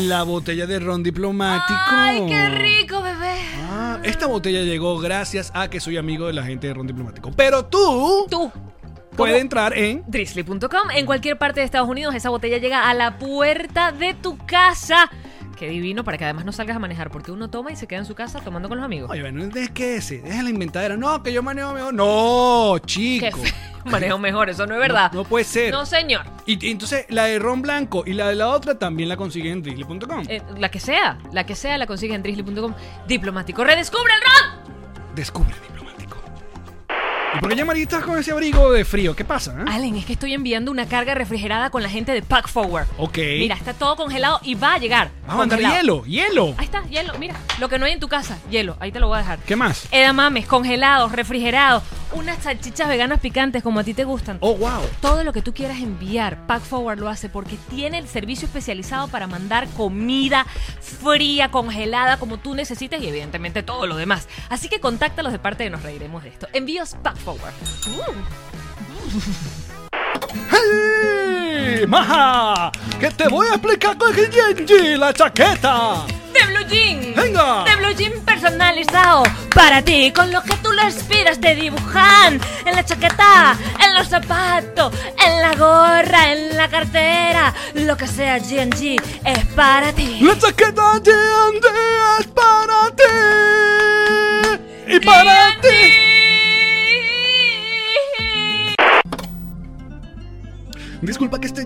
C: La botella de ron diplomático.
B: ¡Ay, qué rico, bebé!
C: Ah, esta botella llegó gracias a que soy amigo de la gente de ron diplomático. Pero tú,
B: Tú,
C: puedes entrar en...
B: drizzly.com, en cualquier parte de Estados Unidos, esa botella llega a la puerta de tu casa. Qué divino, para que además no salgas a manejar, porque uno toma y se queda en su casa tomando con los amigos.
C: Oye, bueno, ¿de qué ese? Deja la inventadera. No, que yo manejo mejor. No,
B: Qué
C: chico.
B: feo. Manejo mejor, eso no es verdad.
C: No, no puede ser.
B: No, señor.
C: Y, y entonces la de ron blanco y la de la otra también la consiguen en drizzly.com.
B: Eh, la que sea, la que sea, la consigues en drizzly.com. Diplomático, redescubre el rock.
C: Descubre diplomático. ¿Y por qué ya María estás con ese abrigo de frío? ¿Qué pasa? eh?
B: Allen, es que estoy enviando una carga refrigerada con la gente de Pack Forward.
C: Ok.
B: Mira, está todo congelado y va a llegar.
C: Vamos a mandar
B: Congelado.
C: hielo, hielo.
B: Ahí está, hielo. Mira, lo que no hay en tu casa, hielo. Ahí te lo voy a dejar.
C: ¿Qué más?
B: Edamames, congelados, refrigerados, unas salchichas veganas picantes como a ti te gustan.
C: Oh, wow.
B: Todo lo que tú quieras enviar, Pack Forward lo hace porque tiene el servicio especializado para mandar comida fría, congelada, como tú necesites y evidentemente todo lo demás. Así que contáctalos de parte de Nos Reiremos de esto. Envíos Pack Forward. Uh.
C: ¡Hey! ¡Maja! ¡Que te voy a explicar con el Genji, la chaqueta!
B: ¡De Blue Jean!
C: ¡Venga!
B: ¡De Blue Jean personalizado! Para ti, con lo que tú lo inspiras, te dibujan en la chaqueta, en los zapatos, en la gorra, en la cartera. Lo que sea GNG es para ti.
C: ¡La chaqueta Genji es para ti! ¡Y para ti! Disculpa que esté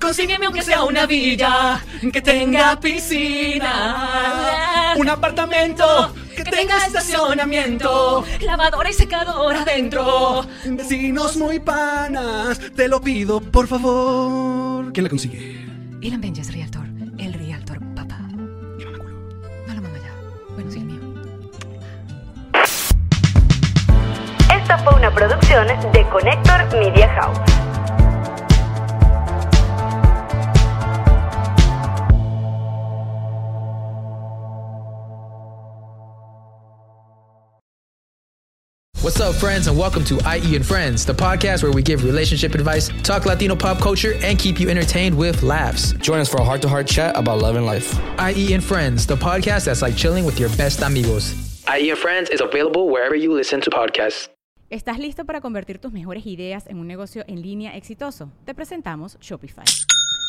B: consígueme aunque sea una villa, que tenga piscina.
C: Un apartamento
B: Oh, que tenga estacionamiento, lavadora y secadora adentro.
C: Vecinos muy panas, te lo pido por favor. ¿Quién la consigue?
B: Ilan Benji es realtor, el realtor papá. No lo mando ya. Bueno, sí, el mío.
A: Esta fue una producción de Connector Media House.
E: What's up, friends, and welcome to IE and Friends, the podcast where we give relationship advice, talk Latino pop culture, and keep you entertained with laughs.
F: Join us for a heart to heart chat about love and life.
E: IE and Friends, the podcast that's like chilling with your best amigos. IE and Friends is available wherever you listen to podcasts.
G: ¿Estás listo para convertir tus mejores ideas en un negocio en línea exitoso? Te presentamos Shopify.